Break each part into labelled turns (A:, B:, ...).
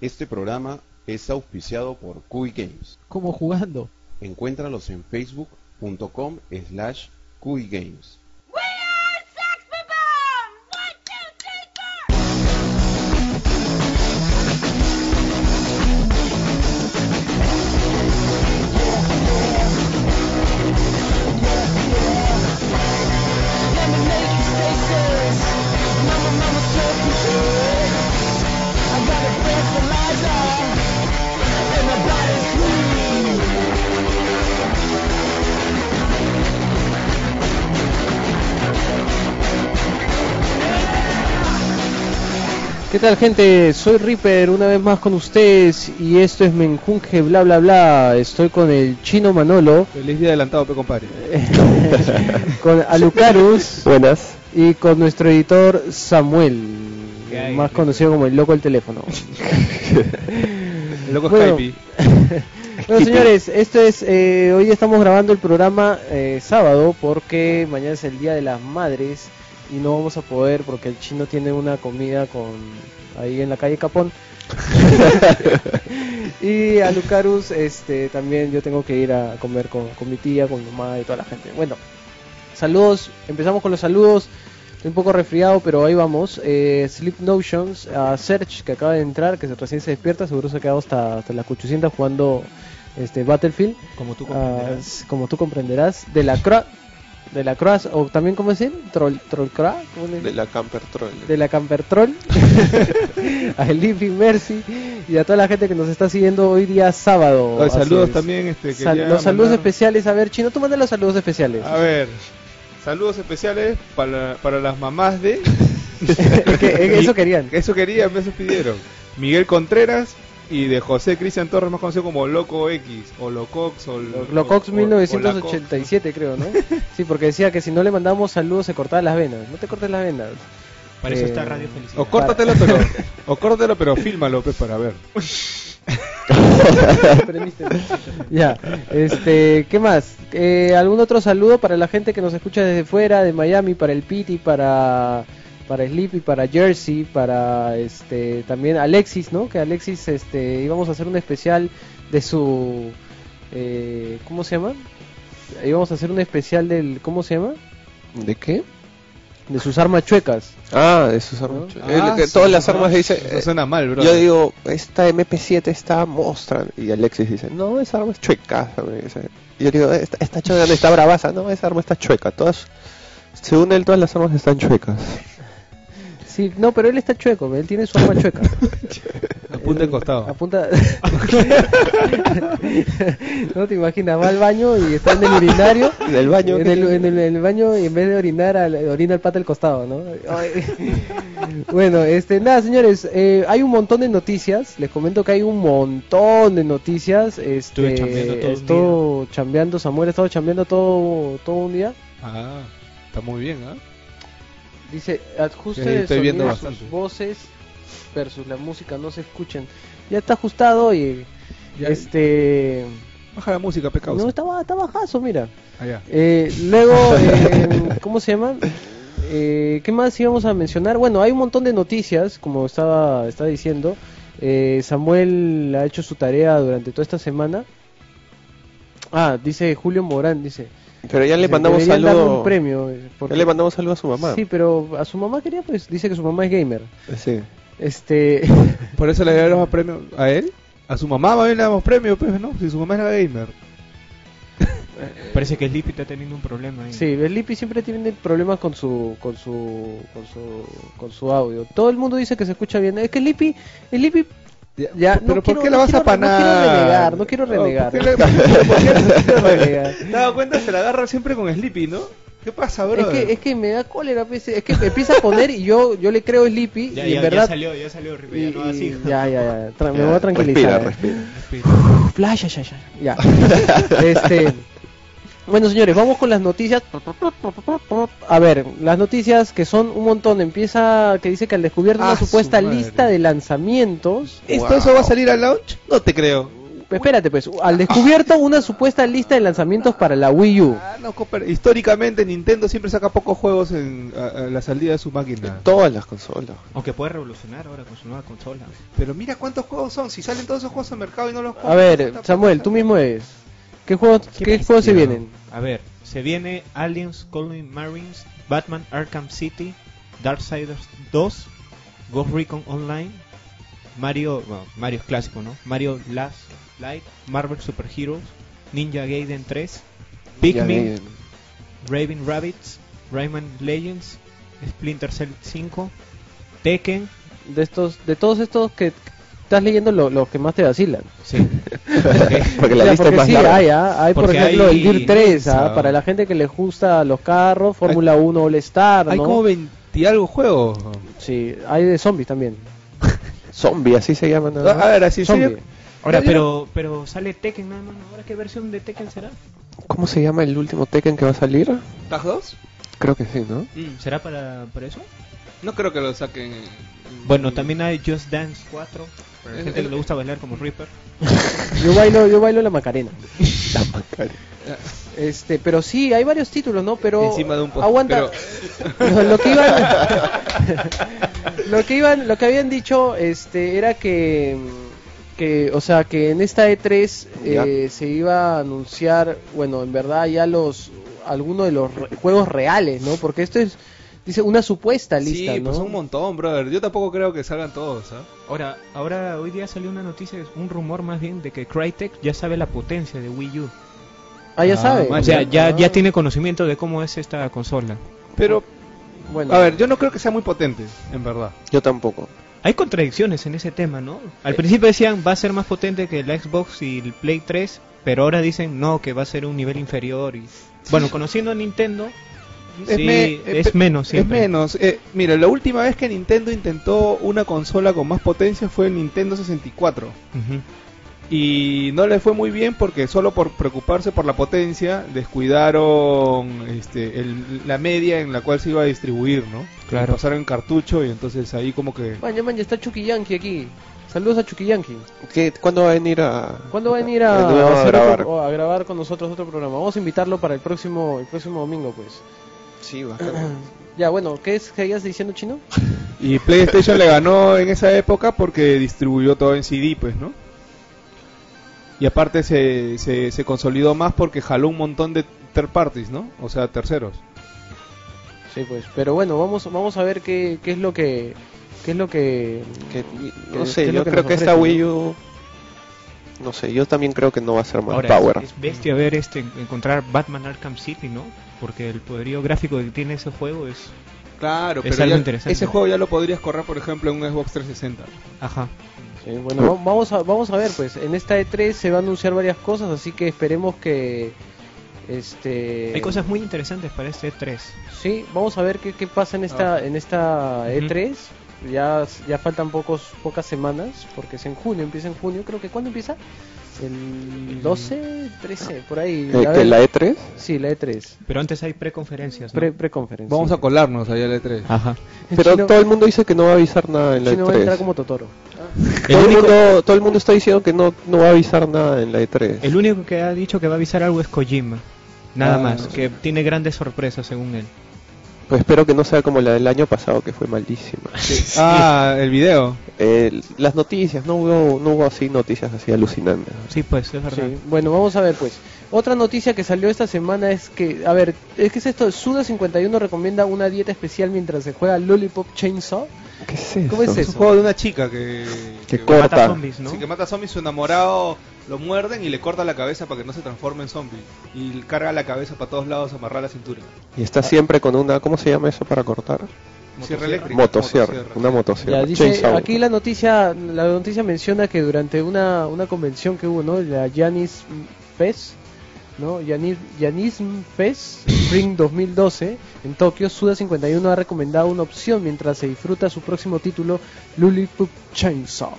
A: Este programa es auspiciado por QI Games.
B: como jugando.
A: Encuéntralos en facebook.com slash QI Games.
C: We are Sex Bomb! One, two, three, four!
D: Let me make you say this. Mama, mama, so good. I got a fertilizer, and my body's clean.
B: ¿Qué tal gente? Soy Reaper una vez más con ustedes y esto es Menjunje bla bla bla. Estoy con el chino Manolo,
E: Feliz día adelantado, pe compadre.
B: con Alucarus
F: Buenas.
B: y con nuestro editor Samuel,
E: ¿Qué hay,
B: más
E: Reaper?
B: conocido como el loco del teléfono.
E: El loco
B: Bueno.
E: Skype.
B: Bueno señores, esto es, eh, hoy estamos grabando el programa eh, sábado porque mañana es el Día de las Madres y no vamos a poder porque el chino tiene una comida con ahí en la calle Capón. y a Lucarus, este, también yo tengo que ir a comer con, con mi tía, con mi mamá y toda la gente. Bueno, saludos, empezamos con los saludos. Estoy un poco resfriado, pero ahí vamos. Eh, Sleep Notions, a Serge que acaba de entrar, que se- recién se despierta, seguro se ha quedado hasta, hasta las cuchucientas jugando este Battlefield.
E: Como tú
B: Ah,
E: comprenderás.
B: s- como tú comprenderás, de la Croa, de la Croa, o también como decir, Troll, Troll Croa, ¿cómo le-
F: De la Camper Troll.
B: de la Camper Troll, a Living Mercy y a toda la gente que nos está siguiendo hoy día sábado.
E: Ay,
B: Así
E: saludos
B: es.
E: también. Este,
B: Sal-
E: quería
B: los saludos
E: mandar-
B: especiales, a ver, Chino, tú manda los saludos especiales.
E: A ver, saludos especiales para, para las mamás de.
B: Es que- es que eso querían.
E: Eso querían, eso pidieron. Miguel Contreras y de José Cristian Torres, más conocido como Loco X, o Locox, o
B: Locox
E: o- o- o
B: 1987 creo, ¿no? Sí, porque decía que si no le mandamos saludos se cortaban las venas. No te cortes las venas.
G: Para eso
B: Eh,
G: está Radio Felicidad.
E: O córtatelo, pero, o córtatelo, pero fílmalo, pues, para ver.
B: Ya, este, ¿qué más? Eh, ¿Algún otro saludo para la gente que nos escucha desde fuera, de Miami, para el Piti, para para Sleepy, para Jersey, para este también Alexis, ¿no? Que Alexis este íbamos a hacer un especial de su eh, ¿cómo se llama? Íbamos a hacer un especial del ¿cómo se llama?
F: ¿De qué?
B: De sus armas chuecas.
F: Ah, de sus armas.
B: ¿No?
F: Eh,
E: Ah,
F: que
E: sí,
F: todas las
E: ah,
F: armas dicen.
E: Eso
F: eh,
E: suena mal, bro.
F: yo digo, esta MP7 está mostra. Y Alexis dice, no, esa arma es chueca. me dice. Y Yo digo, esta, esta chueca no está bravaza. No, esa arma está chueca. Todas, según él, todas las armas están chuecas.
B: Sí, no, pero él está chueco, él tiene su arma chueca.
E: Apunta al
B: Eh,
E: costado.
B: Apunta. no te imaginas, va al baño y está en el urinario.
F: En el baño,
B: En
F: ¿qué?
B: el, en el- en el baño y en vez de orinar, al- orina el pata al costado, ¿no? Ay. bueno, este, nada, señores, eh, hay un montón de noticias. Les comento que hay un montón de noticias. Este,
G: Estuve chambeando todo un
B: estuvo chambeando, Samuel ha estado chambeando todo, todo un día.
E: Ah, está muy bien, ¿ah?
B: Dice, ajuste
E: Sí,
B: de
E: estoy
B: sonido
E: viendo
B: de
E: bastante.
B: sus voces versus la música, no se escuchan. Ya está ajustado y
E: Ya-
B: este
E: Baja la música, pecado.
B: no está, ba- está bajazo, mira.
E: Allá.
B: Eh, luego, eh, ¿cómo se llama? Eh, ¿Qué más íbamos a mencionar? Bueno, hay un montón de noticias, como estaba, estaba diciendo. Eh, Samuel ha hecho su tarea durante toda esta semana. Ah, dice Julio Morán, dice.
F: Pero ya le
B: dice,
F: mandamos
B: "Deberían darle un
F: saludo.
B: premio. eh,
F: Ya
B: porque-
F: le mandamos saludo a su mamá.
B: Sí, pero a su mamá quería, pues, dice que su mamá es gamer.
F: Sí.
B: Este,
E: Por eso le damos premio a él. A su mamá va a le damos premio, pues, ¿no? Si su mamá es la gamer.
G: Parece que Sleepy está teniendo un problema ahí.
B: sí, Lippy siempre tiene problemas con su, con su, con su, con su audio. Todo el mundo dice que se escucha bien. Es que Lippy, Lippy, ya, no
E: pero ¿por
B: quiero-
E: qué la
B: no
E: vas a
B: quiero- no
E: panar?
B: quiero renegar, no quiero renegar.
E: ¿por qué le- por qué- por qué-
B: renegar.
E: ¿Te has dado cuenta? Se la agarra siempre con Sleepy, ¿no? ¿Qué pasa,
B: Es
E: brother?
B: que, es que me da cólera, pues, es que me empieza a poner y yo, yo le creo Sleepy
G: Ya,
B: y
G: ya,
B: en verdad...
G: ya salió, ya salió River,
B: y-
G: ya no así.
B: y- ya, ya, ya, tra- me voy a
F: Respira,
B: tranquilizar. eh.
F: respira.
G: Flash, ya, ya.
B: Ya. Este. Bueno, señores, vamos con las noticias. A ver, las noticias que son un montón. Empieza que dice que al descubierto
E: Ah,
B: una
E: su
B: supuesta
E: madre.
B: lista de lanzamientos. Eh,
E: ¿Esto eso va a salir al launch? No te creo.
B: Espérate, pues, al descubierto una supuesta lista de lanzamientos para la Wii U.
E: Ah, no, Cooper, Históricamente Nintendo siempre saca pocos juegos en a- a la salida de su máquina.
F: Todas las consolas.
G: Aunque puede revolucionar ahora con su nueva consola.
E: Pero mira cuántos juegos son. Si salen todos esos juegos al mercado y no los
B: A
E: compras,
B: ver,
E: está
B: Samuel,
E: puta
B: tú
E: madre.
B: mismo eres. ¿Qué juegos, qué juegos se
G: bestia.
B: vienen?
G: A ver, se viene Aliens Colony Marines, Batman Arkham City, Darksiders 2, Ghost Recon Online, Mario, bueno, Mario es clásico, ¿no? Mario Last Light, Marvel Super Heroes, Ninja Gaiden 3, Pikmin,
F: Ya,
G: Raven Rabbits, Rayman Legends, Splinter Cell 5, Tekken,
B: De estos, de todos estos que estás leyendo, lo- los que más te vacilan.
G: sí.
F: bien. Porque la
B: O sea,
F: lista
B: porque
F: es más
B: sí,
F: larga.
B: hay, ¿ah? hay por
G: Porque
B: ejemplo
G: hay-
B: el DIR 3, ¿ah?
E: Ah.
B: para la gente que le gusta los carros, Fórmula 1 All Star, ¿no?
E: Hay como 20 y algo juegos.
B: Sí, hay de zombies también.
F: Zombie, así se llaman.
E: A
B: Ah.
E: a ver, así
B: Zombie.
E: serio,
G: Ahora,
E: Ya, ya.
G: pero, pero sale Tekken, nada más. Ahora, ¿qué versión de Tekken será?
F: ¿Cómo se llama el último Tekken que va a salir?
E: ¿Tag 2?
F: Creo que sí, ¿no?
G: ¿Será para, para eso?
E: No creo que lo saquen.
G: Bueno, también hay Just Dance 4. Para la
E: Es-
G: gente
E: es-
G: que le gusta bailar como Reaper.
B: Yo bailo, yo bailo la Macarena.
F: La Macarena.
B: Este, pero sí, hay varios títulos, ¿no? Pero
E: Encima de un post-
B: aguanta. Lo, lo que iban Lo que iban, lo que habían dicho este era que que o sea, que en esta E3 eh, se iba a anunciar, bueno, en verdad ya los algunos de los re- juegos reales, ¿no? Porque esto es dice una supuesta lista,
E: sí,
B: ¿no?
E: pues un montón, brother. Yo tampoco creo que salgan todos, ¿ah?
G: Ahora, ahora hoy día salió una noticia, un rumor más bien, de que Crytek ya sabe la potencia de Wii U.
B: ah, ya
E: Ah,
B: sabe.
G: O
E: man,
G: sea, ya,
E: Ah.
G: ya tiene conocimiento de cómo es esta consola.
E: Pero,
B: Bueno,
E: a ver, yo no creo que sea muy potente, en verdad.
F: Yo tampoco.
G: Hay contradicciones en ese tema, ¿no? Al principio decían va a ser más potente que la Xbox y el Play 3, pero ahora dicen no, que va a ser un nivel inferior. y Bueno, conociendo a Nintendo, sí, es,
E: me- eh, pe-
G: menos siempre.
E: Es menos. Eh, mira, la última vez que Nintendo intentó una consola con más potencia fue el Nintendo 64.
G: Ujú.
E: Y no le fue muy bien porque solo por preocuparse por la potencia descuidaron este, el- la media en la cual se iba a distribuir, ¿no?
G: Claro.
E: Y Pasaron en cartucho y entonces ahí como que...
B: man, ya, man, ya está Chucky Yankee aquí. Saludos a Chucky Yankee.
F: ¿Qué, ¿Cuándo va a venir a.?
B: ¿Cuándo va a venir a,
F: de nuevo a
B: hacer otro-
F: grabar?
B: o a grabar con nosotros otro programa? Vamos a invitarlo para el próximo el próximo domingo, pues.
F: Sí, bacán.
B: Ya, bueno, ¿qué es que seguías diciendo chino?
E: Y PlayStation le ganó en esa época porque distribuyó todo en CD, pues, ¿no? Y aparte se, se, se consolidó más porque jaló un montón de third parties, ¿no? O sea, terceros.
B: Sí, pues. Pero bueno, vamos vamos a ver qué, qué es lo que qué es lo que
F: Que-
B: que-
F: no
B: que
F: sé,
B: es
F: yo
B: lo que
F: creo
B: nos
F: que esta
B: ofrece,
F: Wii U. No sé, yo también creo que no va a ser más
G: Ahora,
F: power.
G: Es, es bestia ver este, encontrar Batman Arkham City, ¿no? Porque el poderío gráfico que tiene ese juego es...
E: Claro,
G: Es pero algo ya- interesante.
E: ese juego ya lo podrías correr, por ejemplo, en un Xbox 360.
G: Ajá.
B: Sí, eh, bueno, va- vamos a vamos a ver, pues. En esta E3 se va a anunciar varias cosas, así que esperemos que este
G: Hay cosas muy interesantes para este 3.
B: Sí, vamos a ver qué, qué pasa en esta en esta
G: Ah. Ujú.
B: E3. Ya ya faltan pocos pocas semanas porque es en junio, empieza en junio, creo que ¿cuándo empieza?
G: Mm.
B: El 12, 13, por ahí.
F: Eh,
B: A
F: que
B: ver.
F: la E3
B: Sí, la E3.
G: Pero antes hay preconferencias, Pues ¿no?
B: Pre Preconferencia.
E: Vamos a colarnos allá al E E3.
G: Ajá.
F: pero
B: Chino-
F: todo el mundo dice que no va a avisar nada en la
B: Chino va a
F: E3
B: entrar como Totoro.
F: todo, el mundo, todo el mundo está diciendo que no, no va a avisar nada en la E
B: Eh.
F: E3
G: El único que ha dicho que va a avisar algo es Kojima. Nada
E: Ah.
G: más, que tiene grandes sorpresas según él.
F: pues espero que no sea como la del año pasado que fue malísima
E: Ah, el video.
F: Eh, las noticias no hubo, no hubo así noticias así alucinantes
G: Sí, pues, es verdad.
B: Sí, bueno, vamos a ver pues. Otra noticia que salió esta semana es que, a ver, es que es esto, Suda51 recomienda una dieta especial mientras se juega Lollipop Chainsaw.
F: ¿qué es eso?
B: ¿Cómo es
E: Es
B: eso?
E: un juego de una chica que...
F: que
E: que-
G: Mata
F: corta
G: zombies, ¿no?
E: Sí, que mata zombies, su enamorado lo muerden y le corta la cabeza para que no se transforme en zombie. Y carga la cabeza para todos lados, amarrar la cintura.
F: y está siempre con una ¿cómo se llama eso para cortar?
E: Sierra eléctrica.
F: motosierra, una motosierra
B: Ya, dice,
F: Chainsaw.
B: aquí la noticia, la noticia menciona que durante una, una convención que hubo, ¿no? La Janis Fest, ¿no? Yanis- Yanism Fest Spring 2012 en Tokio, Suda51 ha recomendado una opción mientras se disfruta su próximo título, Lollipop Chainsaw,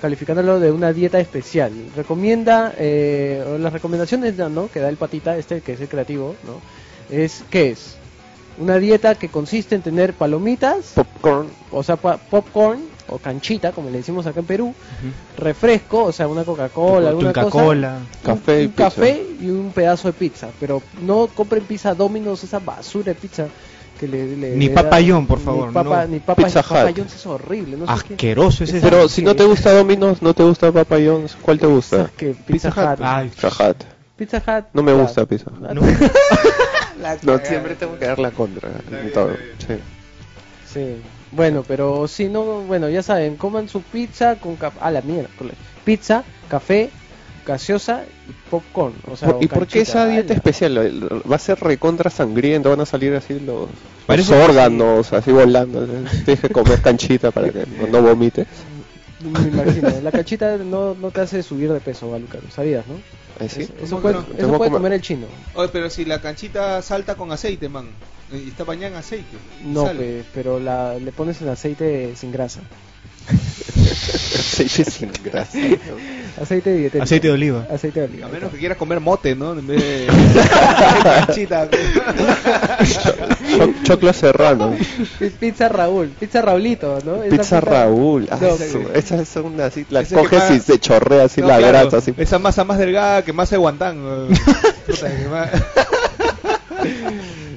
B: calificándolo de una dieta especial. Recomienda, eh, o las recomendaciones ¿no? que da el patita, este que es el creativo, ¿no? es que es una dieta que consiste en tener palomitas,
F: Popcorn.
B: o sea, pa- popcorn o canchita, como le decimos acá en Perú, refresco, o sea, una Coca-Cola, alguna cosa,
G: Coca-Cola.
F: Café
B: un,
F: y
B: un
F: pizza.
B: café y un pedazo de pizza, pero no compren pizza Domino's, esa basura de pizza que le, le-
G: Ni
B: le da-
G: Papayón, por favor,
B: ni papa,
G: no. Ah,
B: ni papa,
F: Pizza Hut.
B: papayón es horrible, no sé qué.
G: Asqueroso ese.
F: Pero si no te gusta Domino's, no te gusta Papa John's, ¿cuál te gusta?
B: Que pizza, Hut.
G: Ay,
F: Cajat.
B: Pizza Hut.
F: No me
B: claro.
F: gusta Pizza Hut.
G: no.
F: No, siempre tengo que dar la contra. en todo. Sí.
B: Sí. Bueno, pero si no, bueno, ya saben, coman su pizza con café, a la mierda, con la- pizza, café, gaseosa y popcorn, o sea, o
F: ¿Y por
B: canchita,
F: qué esa dieta
B: ala.
F: especial? El- Va a ser recontra sangrienta, van a salir así los, los
G: Parece que
F: órganos, así volando. Tienes que comer canchita para que no, no vomites.
B: Me imagino, la canchita no, no te hace subir de peso, Valucaro, sabías, ¿no?
F: Ahí sí.
B: Eso, eso puede,
E: no,
B: eso
F: te voy a
B: puede
F: comer.
B: comer el chino.
E: Oye, pero si la canchita salta con aceite, man. Y está bañada en aceite.
B: No,
E: Sale.
B: pe- pero la, le pones en aceite sin grasa.
F: Sí, sí, sin grasa.
B: Aceite dietético.
G: Aceite de oliva.
B: Aceite de
F: pues,
E: A
B: oliva.
E: menos que quieras comer mote, ¿no? En vez de canchita.
F: Cho- choclo serrano.
B: Pi- Pizza Raúl, pizza Raulito, ¿no? Esa
F: Pizza Raúl. Ah,
B: No,
F: su- esas son así, las
E: Ese que
F: coges
E: paga-
F: y se chorrea así
E: No,
F: la
E: claro,
F: grasa. Así.
E: Esa masa más delgada que masa de guantán. eh. Puta, que más-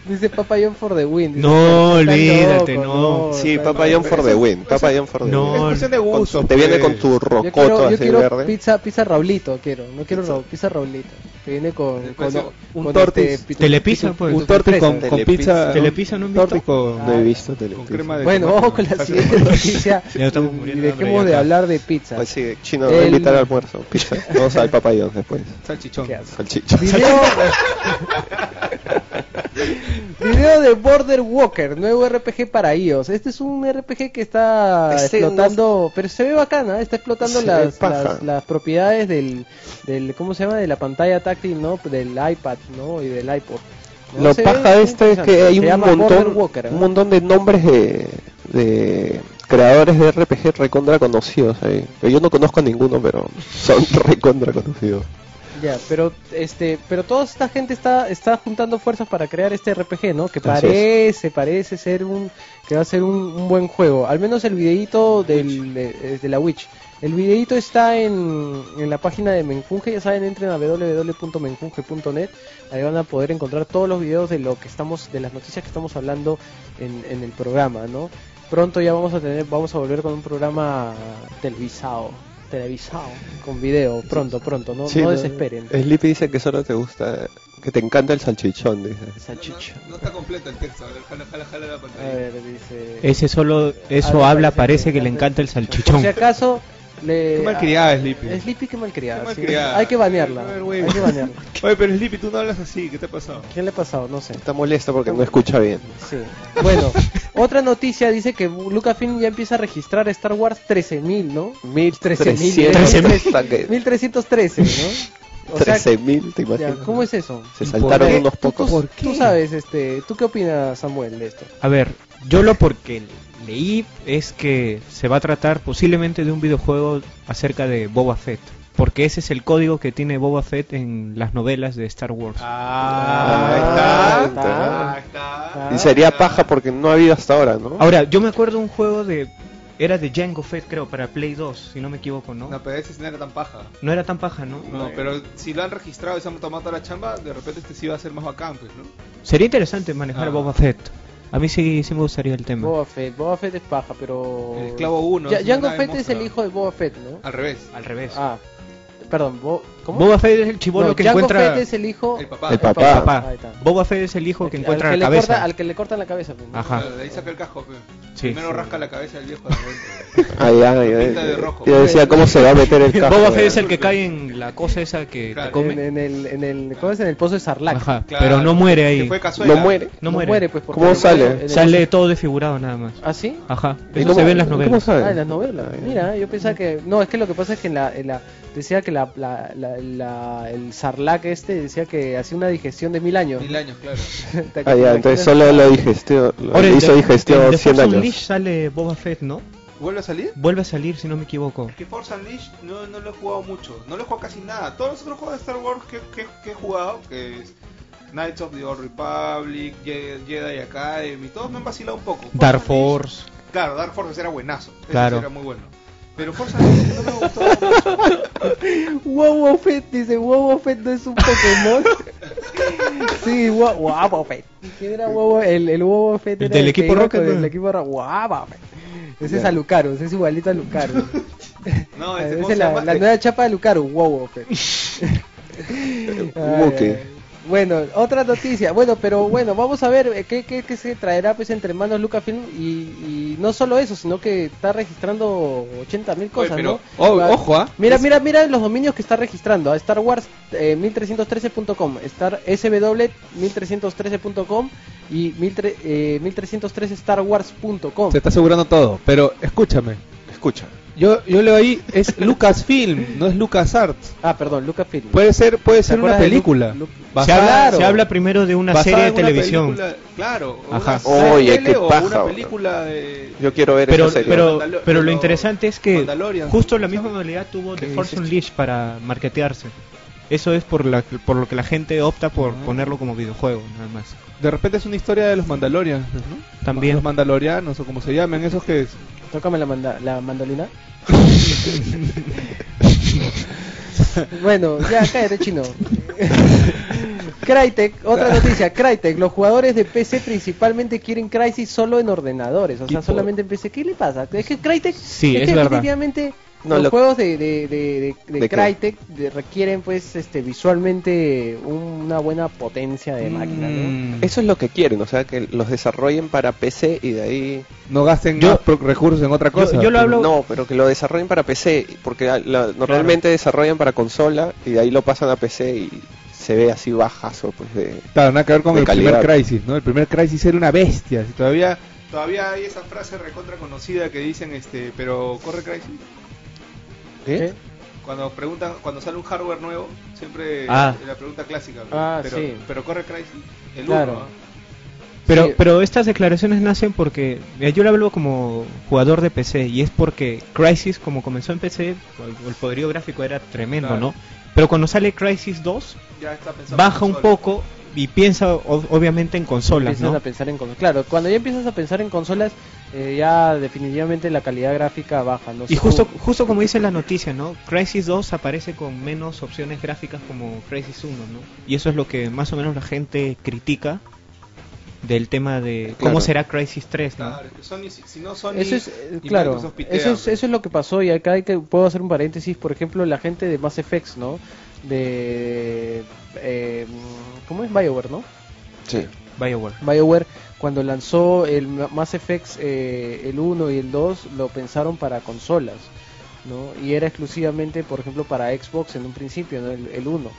B: Dice Papayón for the win. dice,
G: No,
B: "Estás
G: olvídate, no.
F: Sí,
B: estás
F: Papa John for the
E: Eso-
F: win. Papa John for the
G: No,
E: es
F: win.
E: cuestión de
F: Con
E: gusto.
F: su- Te viene con
E: pues.
F: tu
B: Yo
F: rocoto
B: quiero, yo
F: así
B: quiero
F: verde.
B: pizza, pizza Raulito, quiero. No quiero Ra- pizza Raulito. Que viene con, con,
E: parece un
B: con
E: tortis.
B: pitu-
G: Telepizza,
B: pitu-
G: pues.
B: pitu-
E: Un tortis con,
B: fresa.
E: con
F: Ah,
E: pizza.
G: Telepizza, ¿no han
E: tortis
G: visto?
E: con,
F: No he visto telepizza.
E: con crema de
B: Bueno,
E: tomate.
B: vamos con la siguiente noticia.
G: Ya estamos
B: y
G: muriendo de hambre
B: dejemos
G: ya
B: de
G: acá.
B: hablar de pizza.
F: Pues sí, chino, voy a
B: El-
F: invitar al almuerzo. Pizza. Vamos al papayón después.
E: Salchichón.
B: Qué asco.
F: Salchicha.
B: Video... Video de Border Walker, nuevo RPG para iOS. Este es un RPG que está
F: Este
B: explotando, pero se ve bacana, ¿eh? está explotando
F: Se ve
B: las,
F: paja.
B: las, las propiedades del, del, ¿cómo se llama? De la pantalla táctil, ¿no? Del iPad, ¿no? Y del iPod. ¿no?
F: Lo
B: Se
F: paja
B: ve
F: de este es que
B: interesante.
F: hay
B: Se
F: un
B: llama Border
F: montón,
B: Walker, ¿eh?
F: un
B: ¿verdad?
F: montón de nombres de, de creadores de RPG recontra conocidos ahí. Que Yo no conozco a ninguno, pero son recontra conocidos.
B: Ya, pero este, pero toda esta gente está, está juntando fuerzas para crear este RPG, ¿no? Que
F: Así es.
B: parece, parece ser un, que va a ser un, un buen juego. Al menos el videíto del, de, de la Witch. El videíto está en, en la página de Menjunje, ya saben, entren a www.menjunje.net, ahí van a poder encontrar todos los videos de lo que estamos, de las noticias que estamos hablando en, en el programa, ¿no? Pronto ya vamos a tener, vamos a volver con un programa televisado, televisado, con video, pronto, pronto, ¿no?
F: Sí,
B: no
F: no- eh,
B: desesperen.
F: Sleepy dice que solo te gusta, que te encanta el salchichón, dice.
B: Salchicha.
E: No está completo el texto. A ver, jala, jala, jala la
B: A
E: pantalla.
B: ver, dice.
G: Ese solo, eso
B: Ah,
G: habla, parece que le encanta el
B: Por
G: salchichón.
B: si acaso, le.
E: Qué malcriada, Sleepy.
B: Ah, Sleepy, qué malcriada.
E: Qué
B: sí.
E: malcriada.
B: Hay que banearla.
E: Qué
B: Hay
E: vergüenza.
B: que banearla.
E: Oye, pero Sleepy, tú no hablas así. ¿Qué te ha pasado?
B: ¿Qué le ha pasado? No sé.
F: Está molesto porque no escucha bien.
B: Sí. Bueno, otra noticia dice que Lucasfilm ya empieza a registrar Star Wars 13.000, ¿no?
F: 13.000.
B: 1313, ¿no? O sea,
F: 13.000, te
B: ya,
F: imaginas.
B: ¿cómo es eso?
F: Se saltaron
G: qué?
F: unos pocos.
B: ¿Tú, tú sabes, este, ¿tú qué opinas, Samuel, de esto?
G: A ver, yo lo porque leí es que se va a tratar posiblemente de un videojuego acerca de Boba Fett. Porque ese es el código que tiene Boba Fett en las novelas de Star Wars.
E: Ah,
F: ahí está.
E: Ahí está.
B: Ah,
F: Y sería paja porque no ha habido hasta ahora, ¿no?
G: Ahora, yo me acuerdo un juego de... Era de Django Fett, creo, para Play 2, si no me equivoco, ¿no?
B: ah.
E: No, pero ese sí no era tan paja.
G: No era tan paja, ¿no?
E: No, pero si lo han registrado y se han tomado toda la chamba, de repente este sí va a ser más bacán, pues, ¿no?
G: Sería interesante manejar
E: Ah.
G: Boba Fett. A mí sí, sí me gustaría el tema.
B: Boba Fett, Boba Fett es paja, pero...
E: El esclavo uno,
B: Ya-
E: es
B: Jango
E: una
B: Fett es el
E: monstrua.
B: hijo de Boba Fett, ¿no?
E: Al revés.
G: Al revés.
B: Ah, perdón, Bo- ¿cómo?
G: Boba Fett es el
B: No,
G: chivolo que
B: Jango
G: encuentra...
B: Fett es el hijo...
E: El papá.
F: El papá.
G: Papá.
B: Ahí está.
G: Boba Fett es el hijo que
B: Al-
G: encuentra
B: al que
G: la
B: le
G: cabeza.
B: corta- al que le cortan la cabeza. pues, ¿no?
G: Ajá.
E: Claro, De ahí saca el casco, pues.
G: Sí,
E: Primero
G: sí.
E: rasca la cabeza del viejo de adentro.
F: Ahí, ahí, ahí.
E: Pinta de rojo.
F: Yo decía, ¿cómo se va a meter el casco?
G: Boba Fett es el que cae en la cosa esa que
E: Claro.
G: te come.
B: En, en el, en el, ¿cómo es? En el pozo de Sarlacc.
G: Ajá,
E: Claro,
G: pero no muere ahí.
E: Que fue cazuela.
F: No
H: ¿ah?
F: muere.
G: No
B: No
G: muere.
B: pues, porque
F: ¿Cómo
B: en el-
F: sale?
B: en el-
G: Sale todo desfigurado nada más.
B: ¿Ah, sí?
G: Ajá.
F: ¿Y
G: Eso
F: cómo-
G: se ve en las
F: ¿Cómo
G: novelas.
F: sabe?
B: Ah, en las novelas. Mira, yo pensaba que... No, es que lo que pasa es que en la... en la- decía que la, la- la- la- el sarlac este decía que hacía una digestión de mil años.
H: Mil años, claro.
B: ¿Te
F: Ah, ya, entonces
B: imaginas?
F: solo lo digestió, lo
G: Ahora,
F: hizo
G: en- en
F: digestión
G: The
F: 100
G: Force
F: años.
G: Unleashed sale Boba Fett, ¿no?
H: ¿Vuelve a salir?
G: Vuelve a salir, si no me equivoco.
H: Que Force Unleashed no, no lo he jugado mucho, no lo he jugado casi nada. Todos los otros juegos de Star Wars que, que, que he jugado, que es Knights of the Old Republic, Je- Jedi Academy, todos me han vacilado un poco. Force
G: Dark
H: Unleashed-
G: Force.
H: Claro, Dark Force era buenazo, ese
G: Claro.
H: sí era muy bueno. Pero Force Unleashed no me gustó mucho.
B: Wow Fett dice, Wow Fett no es un Pokémon. sí, Wow Wow Fett. ¿Quién era Wow El, el Wow Fett
G: El
B: era
G: del
B: que
G: equipo
B: iba
G: Rocket,
B: con El
G: ¿no?
B: equipo Rocket. Wow Fett. Ese es a Lucario, ese es igualito a Lucario.
H: No, este,
B: Esa
H: ¿cómo se
B: es la,
H: llama?
B: la
H: Eh,
B: nueva chapa de Lucario, Wow Fett. Ay,
F: Wookie.
B: ay. Bueno, otra noticia. Bueno, pero bueno, vamos a ver eh, qué, qué- qué se traerá pues entre manos Lucasfilm y, y no solo eso, sino que está registrando 80.000 cosas,
H: pero-
B: ¿no?
E: Oh,
B: Va-
E: ojo, ¿ah?
B: Mira, mira, mira los dominios que está registrando. ah, Star Wars eh, 1313.com, Star SW 1313.com y 13, eh, 1313 starwars.com.
E: Se está asegurando todo, pero escúchame.
F: Escucha.
E: Yo, yo leo ahí, es Lucasfilm, no es LucasArts.
B: Ah, perdón, Lucasfilm.
E: Puede ser, puede ser una
B: acuerdas de Lu-
E: película.
B: Lu-
G: Se
E: Basada-
G: habla,
B: claro.
G: se habla primero de una
E: Basada
G: serie de
E: en una
G: televisión.
H: película- claro, o
G: Ajá.
H: una serie
F: Oye, qué
H: o
F: paja,
H: una
F: bro.
H: película de...
F: Yo quiero ver
G: Pero,
F: esa serie.
G: pero,
H: Mandalor-
G: pero lo
H: pero-
G: interesante es que
H: Mandalorian.
G: justo la misma modalidad tuvo The
F: ¿Qué
G: Force
F: dices?
G: Unleashed para marketearse. Eso es por, la, por lo que la gente opta por ponerlo como videojuego, nada más.
E: De repente es una historia de los mandalorianos, ¿no?
G: También.
E: Los mandalorianos o como se llamen, esos que es.
B: Tócame la, manda- la mandolina. bueno, ya cállate chino. Crytek, otra noticia, Crytek, los jugadores de PC principalmente quieren Crysis solo en ordenadores, o sea, solamente en PC. ¿Qué le pasa? Es que Crytek,
G: Sí, es
B: que
G: verdad.
B: definitivamente
F: No,
B: los
F: lo-
B: juegos de, de, de, de- de
F: ¿De qué?
B: Crytek de- requieren pues este visualmente una buena potencia de máquina, ¿no?
E: Mm,
F: Eso es lo que quieren, o sea, que los desarrollen para PC y de ahí...
E: no gasten
G: Yo-
E: más pro- recursos en otra cosa.
G: yo lo hablo-
F: No, pero que lo desarrollen para PC, porque a- la- normalmente desarrollan para consola y de ahí lo pasan a PC y se ve así bajazo, pues de...
E: Claro, nada que ver con
F: De
E: el
F: calidad.
E: primer Crisis, ¿no? El primer Crisis era una bestia. Si todavía.
H: Todavía hay esa frase recontra conocida que dicen, este, pero corre Crysis.
B: ¿Eh?
H: Cuando preguntan, cuando sale un hardware nuevo, siempre
G: Ah.
H: la pregunta clásica. ¿no?
B: Ah,
H: pero,
B: sí.
H: pero corre Crysis, el
B: Claro.
H: uno, ¿no?
G: Pero,
B: Sí.
G: pero estas declaraciones nacen porque mira, yo lo hablo como jugador de PC y es porque Crisis, como comenzó en PC, el, el poderío gráfico era tremendo,
H: Claro.
G: ¿no? Pero cuando sale Crisis 2,
H: ya está pensando.
G: baja
H: en
G: un
H: consola.
G: poco y piensa o- obviamente en consolas,
B: empiezas
G: ¿no?
B: a pensar en consolas. Claro, cuando ya empiezas a pensar en consolas, eh, ya definitivamente la calidad gráfica baja. ¿no?
G: Y
B: Su-
G: justo, justo como dice la noticia, ¿no? Crisis 2 aparece con menos opciones gráficas como Crisis 1, ¿no? Y eso es lo que más o menos la gente critica del tema de cómo
F: Claro.
G: será Crisis 3, ¿no?
H: Claro, es que Sony, si- si no Sony.
B: Eso es, eh,
H: y
B: claro,
H: Microsoft pues. pitea,
B: eso es,
H: pero-
B: eso es lo que pasó y acá hay que, puedo hacer un paréntesis, por ejemplo, la gente de Mass Effects, ¿no? De... eh, ¿Cómo es? Bioware, ¿no?
F: Sí.
G: BioWare.
B: BioWare cuando lanzó el Ma- Mass Effects eh, el 1 y el 2 lo pensaron para consolas, ¿no? Y era exclusivamente, por ejemplo, para Xbox en un principio, ¿no? El, el 1.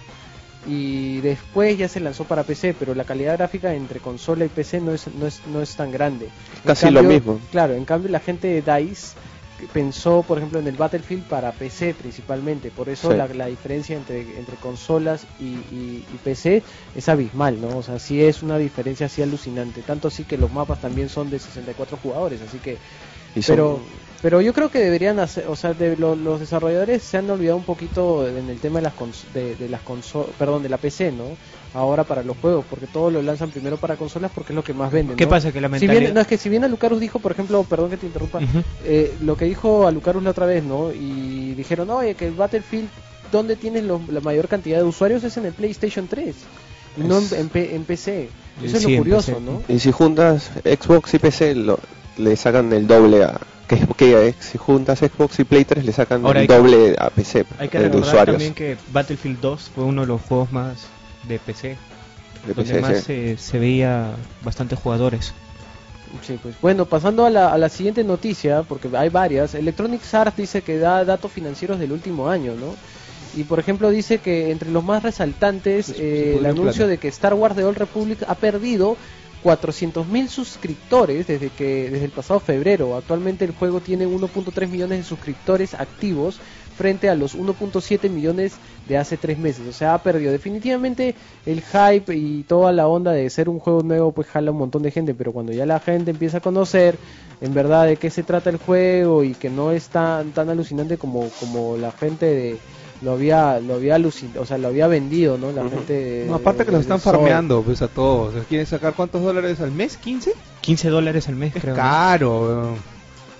B: Y después ya se lanzó para PC, pero la calidad gráfica entre consola y PC no es, no es, no es tan grande. En
F: Casi lo mismo.
B: Claro, en cambio la gente de DICE que pensó, por ejemplo, en el Battlefield para PC principalmente, por eso
F: Sí.
B: la, la diferencia entre, entre consolas y, y- y PC es abismal, ¿no? O sea, sí es una diferencia así alucinante, tanto así que los mapas también son de 64 jugadores, así que
F: Y son-
B: pero pero yo creo que deberían hacer, o sea, de lo- los desarrolladores se han olvidado un poquito en el tema de las cons- de, de las consolas, perdón, de la PC, ¿no? Ahora para los juegos, porque todos lo lanzan primero para consolas porque es lo que más venden.
G: ¿Qué
B: ¿no?
G: pasa? Que la
B: Si
G: mentalidad...
B: bien, no, es que si bien Alucarus dijo, por ejemplo, perdón que te interrumpa,
G: Ujú.
B: eh, lo que dijo Alucarus la otra vez, ¿no? Y dijeron, oye, que el Battlefield, donde tiene lo- la mayor cantidad de usuarios es en el PlayStation 3, y no en, en P- en PC.
G: Y
B: Eso es
G: Eh, sí,
B: lo
G: en
B: curioso,
G: PC.
B: ¿no?
F: Y si juntas Xbox y PC, lo- le sacan el doble a... Que, que si juntas Xbox y Play 3, le sacan
G: Ahora
F: el
G: hay que-
F: doble a PC,
G: Hay que
F: el Eh, de
G: recordar
F: usuarios.
G: también que Battlefield 2 fue uno de los juegos más de PC,
F: de
G: donde
F: PC,
G: más
F: sí.
G: se, se veía bastantes jugadores.
B: Sí, pues bueno, pasando a la, a la siguiente noticia, porque hay varias, Electronic Arts dice que da datos financieros del último año, ¿no? Y por ejemplo dice que entre los más resaltantes eh, el
E: pudrió en
B: anuncio
E: plata.
B: de que Star Wars The Old Republic ha perdido 400.000 suscriptores desde que desde el pasado febrero. Actualmente el juego tiene 1.3 millones de suscriptores activos frente a los 1.7 millones de hace tres meses. O sea, ha perdido. Definitivamente el hype y toda la onda de ser un juego nuevo pues jala un montón de gente, pero cuando ya la gente empieza a conocer en verdad de qué se trata el juego y que no es tan, tan alucinante como, como la gente de... Lo había, lo había alucinado, o sea, lo había vendido, ¿no? La gente... de-
E: No, aparte que los
B: de
E: están
B: Eh, Sony.
E: farmeando pues a todos. ¿Quieren sacar cuántos dólares al mes? ¿15?
G: 15 dólares al mes,
E: Es
G: creo. ¿no?
E: caro. weón.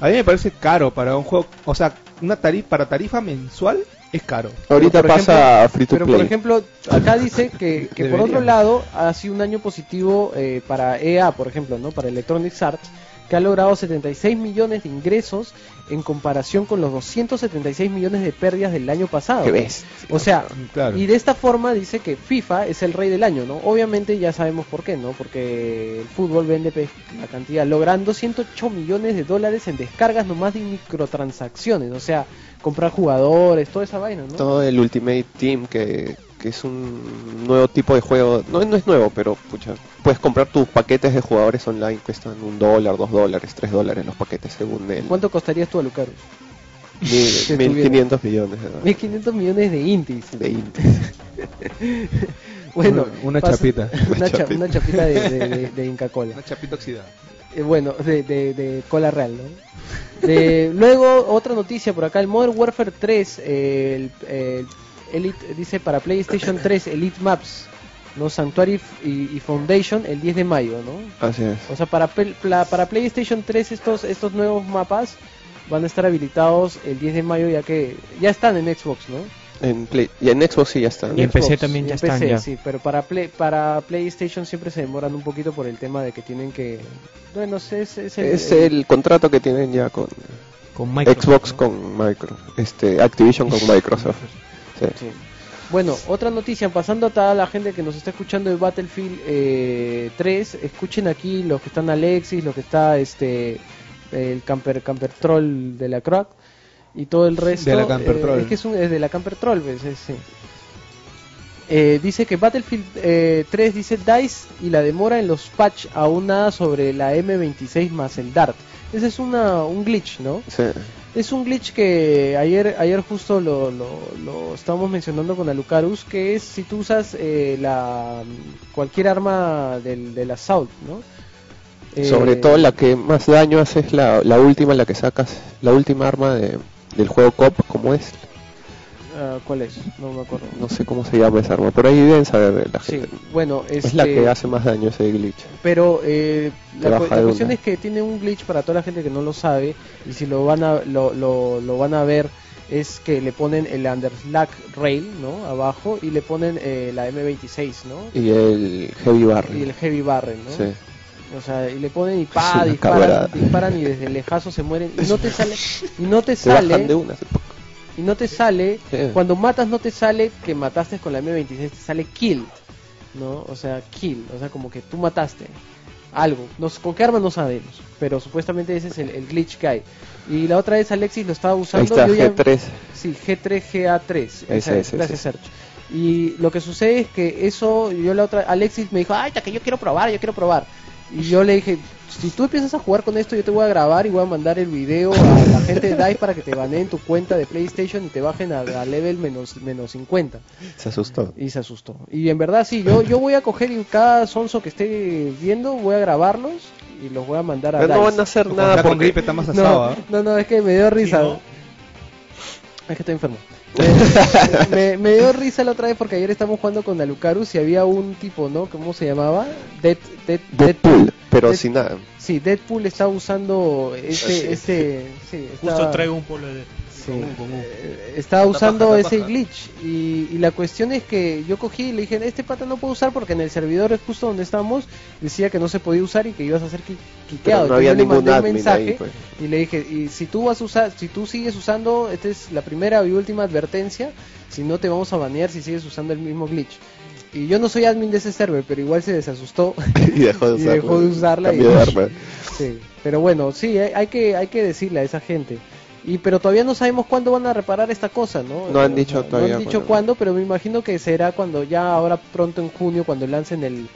E: A mí me parece caro para un juego, o sea, una tarifa para tarifa mensual es caro.
F: Ahorita
B: Pero, por
F: pasa a Free to
B: Pero por
F: Play.
B: ejemplo, acá dice que, que por
E: Debería.
B: otro lado ha sido un año positivo eh, para EA, por ejemplo, no para Electronic Arts, que ha logrado 76 millones de ingresos en comparación con los 276 millones de pérdidas del año pasado.
F: ¿Qué ves?
B: O sea,
E: Claro.
B: y de esta forma dice que FIFA es el rey del año, ¿no? Obviamente ya sabemos por qué, ¿no? Porque el fútbol vende pe- la cantidad, logrando 108 millones de dólares en descargas nomás de microtransacciones, o sea, comprar jugadores, toda esa vaina, ¿no?
F: Todo el Ultimate Team que, que es un nuevo tipo de juego. No, no es nuevo, pero pucha, puedes comprar tus paquetes de jugadores online. Cuestan un dólar, dos dólares, tres dólares los paquetes según el
B: ¿Cuánto costarías tú a Lucarus?
F: Mil,
B: estuviera?
F: 1500 millones de dólares
B: 1500 millones de intis.
F: de indies.
B: Bueno,
E: Una- una
B: pasa-
E: chapita.
B: Una, cha-
F: chapita.
B: una chapita de, de, de- de Inca Cola.
E: Una chapita oxidada.
B: Eh, bueno, de, de- de cola real, ¿no? De- luego, otra noticia por acá: el Modern Warfare 3, eh, el, el Elite, dice para PlayStation 3, Elite Maps, ¿no? Sanctuary f- y, y Foundation, el 10 de mayo, ¿no?
F: Así es.
B: O sea, para, pel- pla- para PlayStation 3 estos, estos nuevos mapas van a estar habilitados el 10 de mayo, ya que ya están en Xbox, ¿no?
F: En Play, y en Xbox sí ya está.
G: Y en PC
B: Xbox,
G: también
B: y
G: ya
B: en
G: están,
B: PC,
G: ya.
B: Sí, pero para, Play- para PlayStation siempre se demoran un poquito por el tema de que tienen que... Bueno, sé, es, es el-
F: Es el contrato que tienen ya con
G: Con Microsoft,
F: Xbox
G: ¿no?
F: con Microsoft, este, Activision con Microsoft. Sí.
B: sí. Bueno, otra noticia, pasando a toda la gente que nos está escuchando de Battlefield eh, 3, escuchen aquí los que están Alexis, los que está este el camper camper troll de la crack y todo el resto.
E: De la Camper
B: eh,
E: Troll.
B: Es que es, un- es de la camper troll, pues, es- sí. Eh, dice que Battlefield eh, 3 dice DICE y la demora en los patch aún nada sobre la M26 más el DART. Ese es una, un glitch, ¿no?
F: Sí.
B: Es un glitch que ayer, ayer justo lo, lo, lo estábamos mencionando con Alucarus, que es si tú usas eh, la cualquier arma del, del assault, ¿no? Eh,
F: Sobre todo la que más daño hace es la, la última, la que sacas, la última arma de, del juego COP, como es,
B: ah, ¿Cuál es? No me acuerdo.
F: no sé cómo se llama esa arma, por ahí deben saber la
B: Sí,
F: gente.
B: bueno,
F: Es la que
B: este,
F: hace más daño ese glitch.
B: Pero eh,
F: Te
B: la, cu-
F: baja
B: la
F: de
B: cuestión
F: una.
B: es que tiene un glitch para toda la gente que no lo sabe y si lo van a lo, lo, lo van a ver es que le ponen el underslack rail, ¿no? Abajo y le ponen eh, la M26, ¿no?
F: Y el Heavy Barrel.
B: Y el heavy barrel, ¿no?
F: Sí.
B: O sea, y le ponen y pa,
F: una
B: disparan,
F: cabrada.
B: disparan y desde lejazo se mueren y no te sale y no te
F: Se bajan de
B: sale
F: una.
B: y no te sale
F: Sí.
B: cuando matas no te sale que mataste con la M26, te sale kill, ¿no? O sea, kill, o sea, como que tú mataste algo, no sé, con qué arma no sabemos, pero supuestamente ese es el, el glitch que hay. Y la otra vez Alexis lo estaba
F: Ahí
B: usando
F: está
B: yo ya-
F: G3.
B: Sí, G3GA3.
F: Ese,
B: Esa es,
F: ese,
B: gracias,
F: ese.
B: Sergio. Y lo que sucede es que eso, yo la otra, Alexis me dijo, ay, ya que yo quiero probar, yo quiero probar. Y yo le dije, si tú empiezas a jugar con esto, yo te voy a grabar y voy a mandar el video a la gente de DICE para que te baneen tu cuenta de PlayStation y te bajen a, a level menos, menos 50.
F: Se asustó.
B: Y se asustó. Y en verdad, sí, yo, yo voy a coger y cada sonso que esté viendo, voy a grabarlos y los voy a mandar a
F: Pero Pues no
B: DICE.
F: van a hacer
E: Nada
F: nada
E: con
F: porque
E: gripe está más asado.
B: No,
E: ¿ah?
B: no, no, es que me dio risa. Es que estoy enfermo. Me, me- me dio risa la otra vez porque ayer estábamos jugando con Alucarus y había un tipo, ¿no? ¿Cómo se llamaba? Dead, Dead-
F: Deadpool, pero
B: Dead-
F: sin nada.
B: Sí, Deadpool estaba usando ese... ese sí,
G: Justo
B: estaba-
G: traigo un polo de...
B: Sí.
G: con un- con un-
B: Eh, estaba
E: Una
B: usando
E: paja, una
B: ese
E: paja.
B: glitch y, y la cuestión es que yo cogí y le dije este pata no puedo usar porque en el servidor justo donde estamos decía que no se podía usar y que ibas a ser qui-
F: Pero
B: quiqueado
F: no
B: Entonces yo
F: había
B: le
F: ningún
B: mandé un
F: admin ahí, pues.
B: y le dije y si tú vas a usar si tú sigues usando esta es la primera y última advertencia si no te vamos a banear si sigues usando el mismo glitch y yo no soy admin de ese server pero igual se desasustó
F: y dejó de
B: Y
F: usarla.
B: dejó de usarla y-
F: Cambió de arma.
B: Sí, pero bueno, sí, hay, hay que hay que decirle a esa gente. Y pero todavía no sabemos cuándo van a reparar esta cosa, ¿no?
F: No han
B: O
F: dicho
B: sea,
F: todavía
B: No han dicho
F: cuándo.
B: cuándo, pero me imagino que será cuando ya ahora pronto en junio cuando lancen el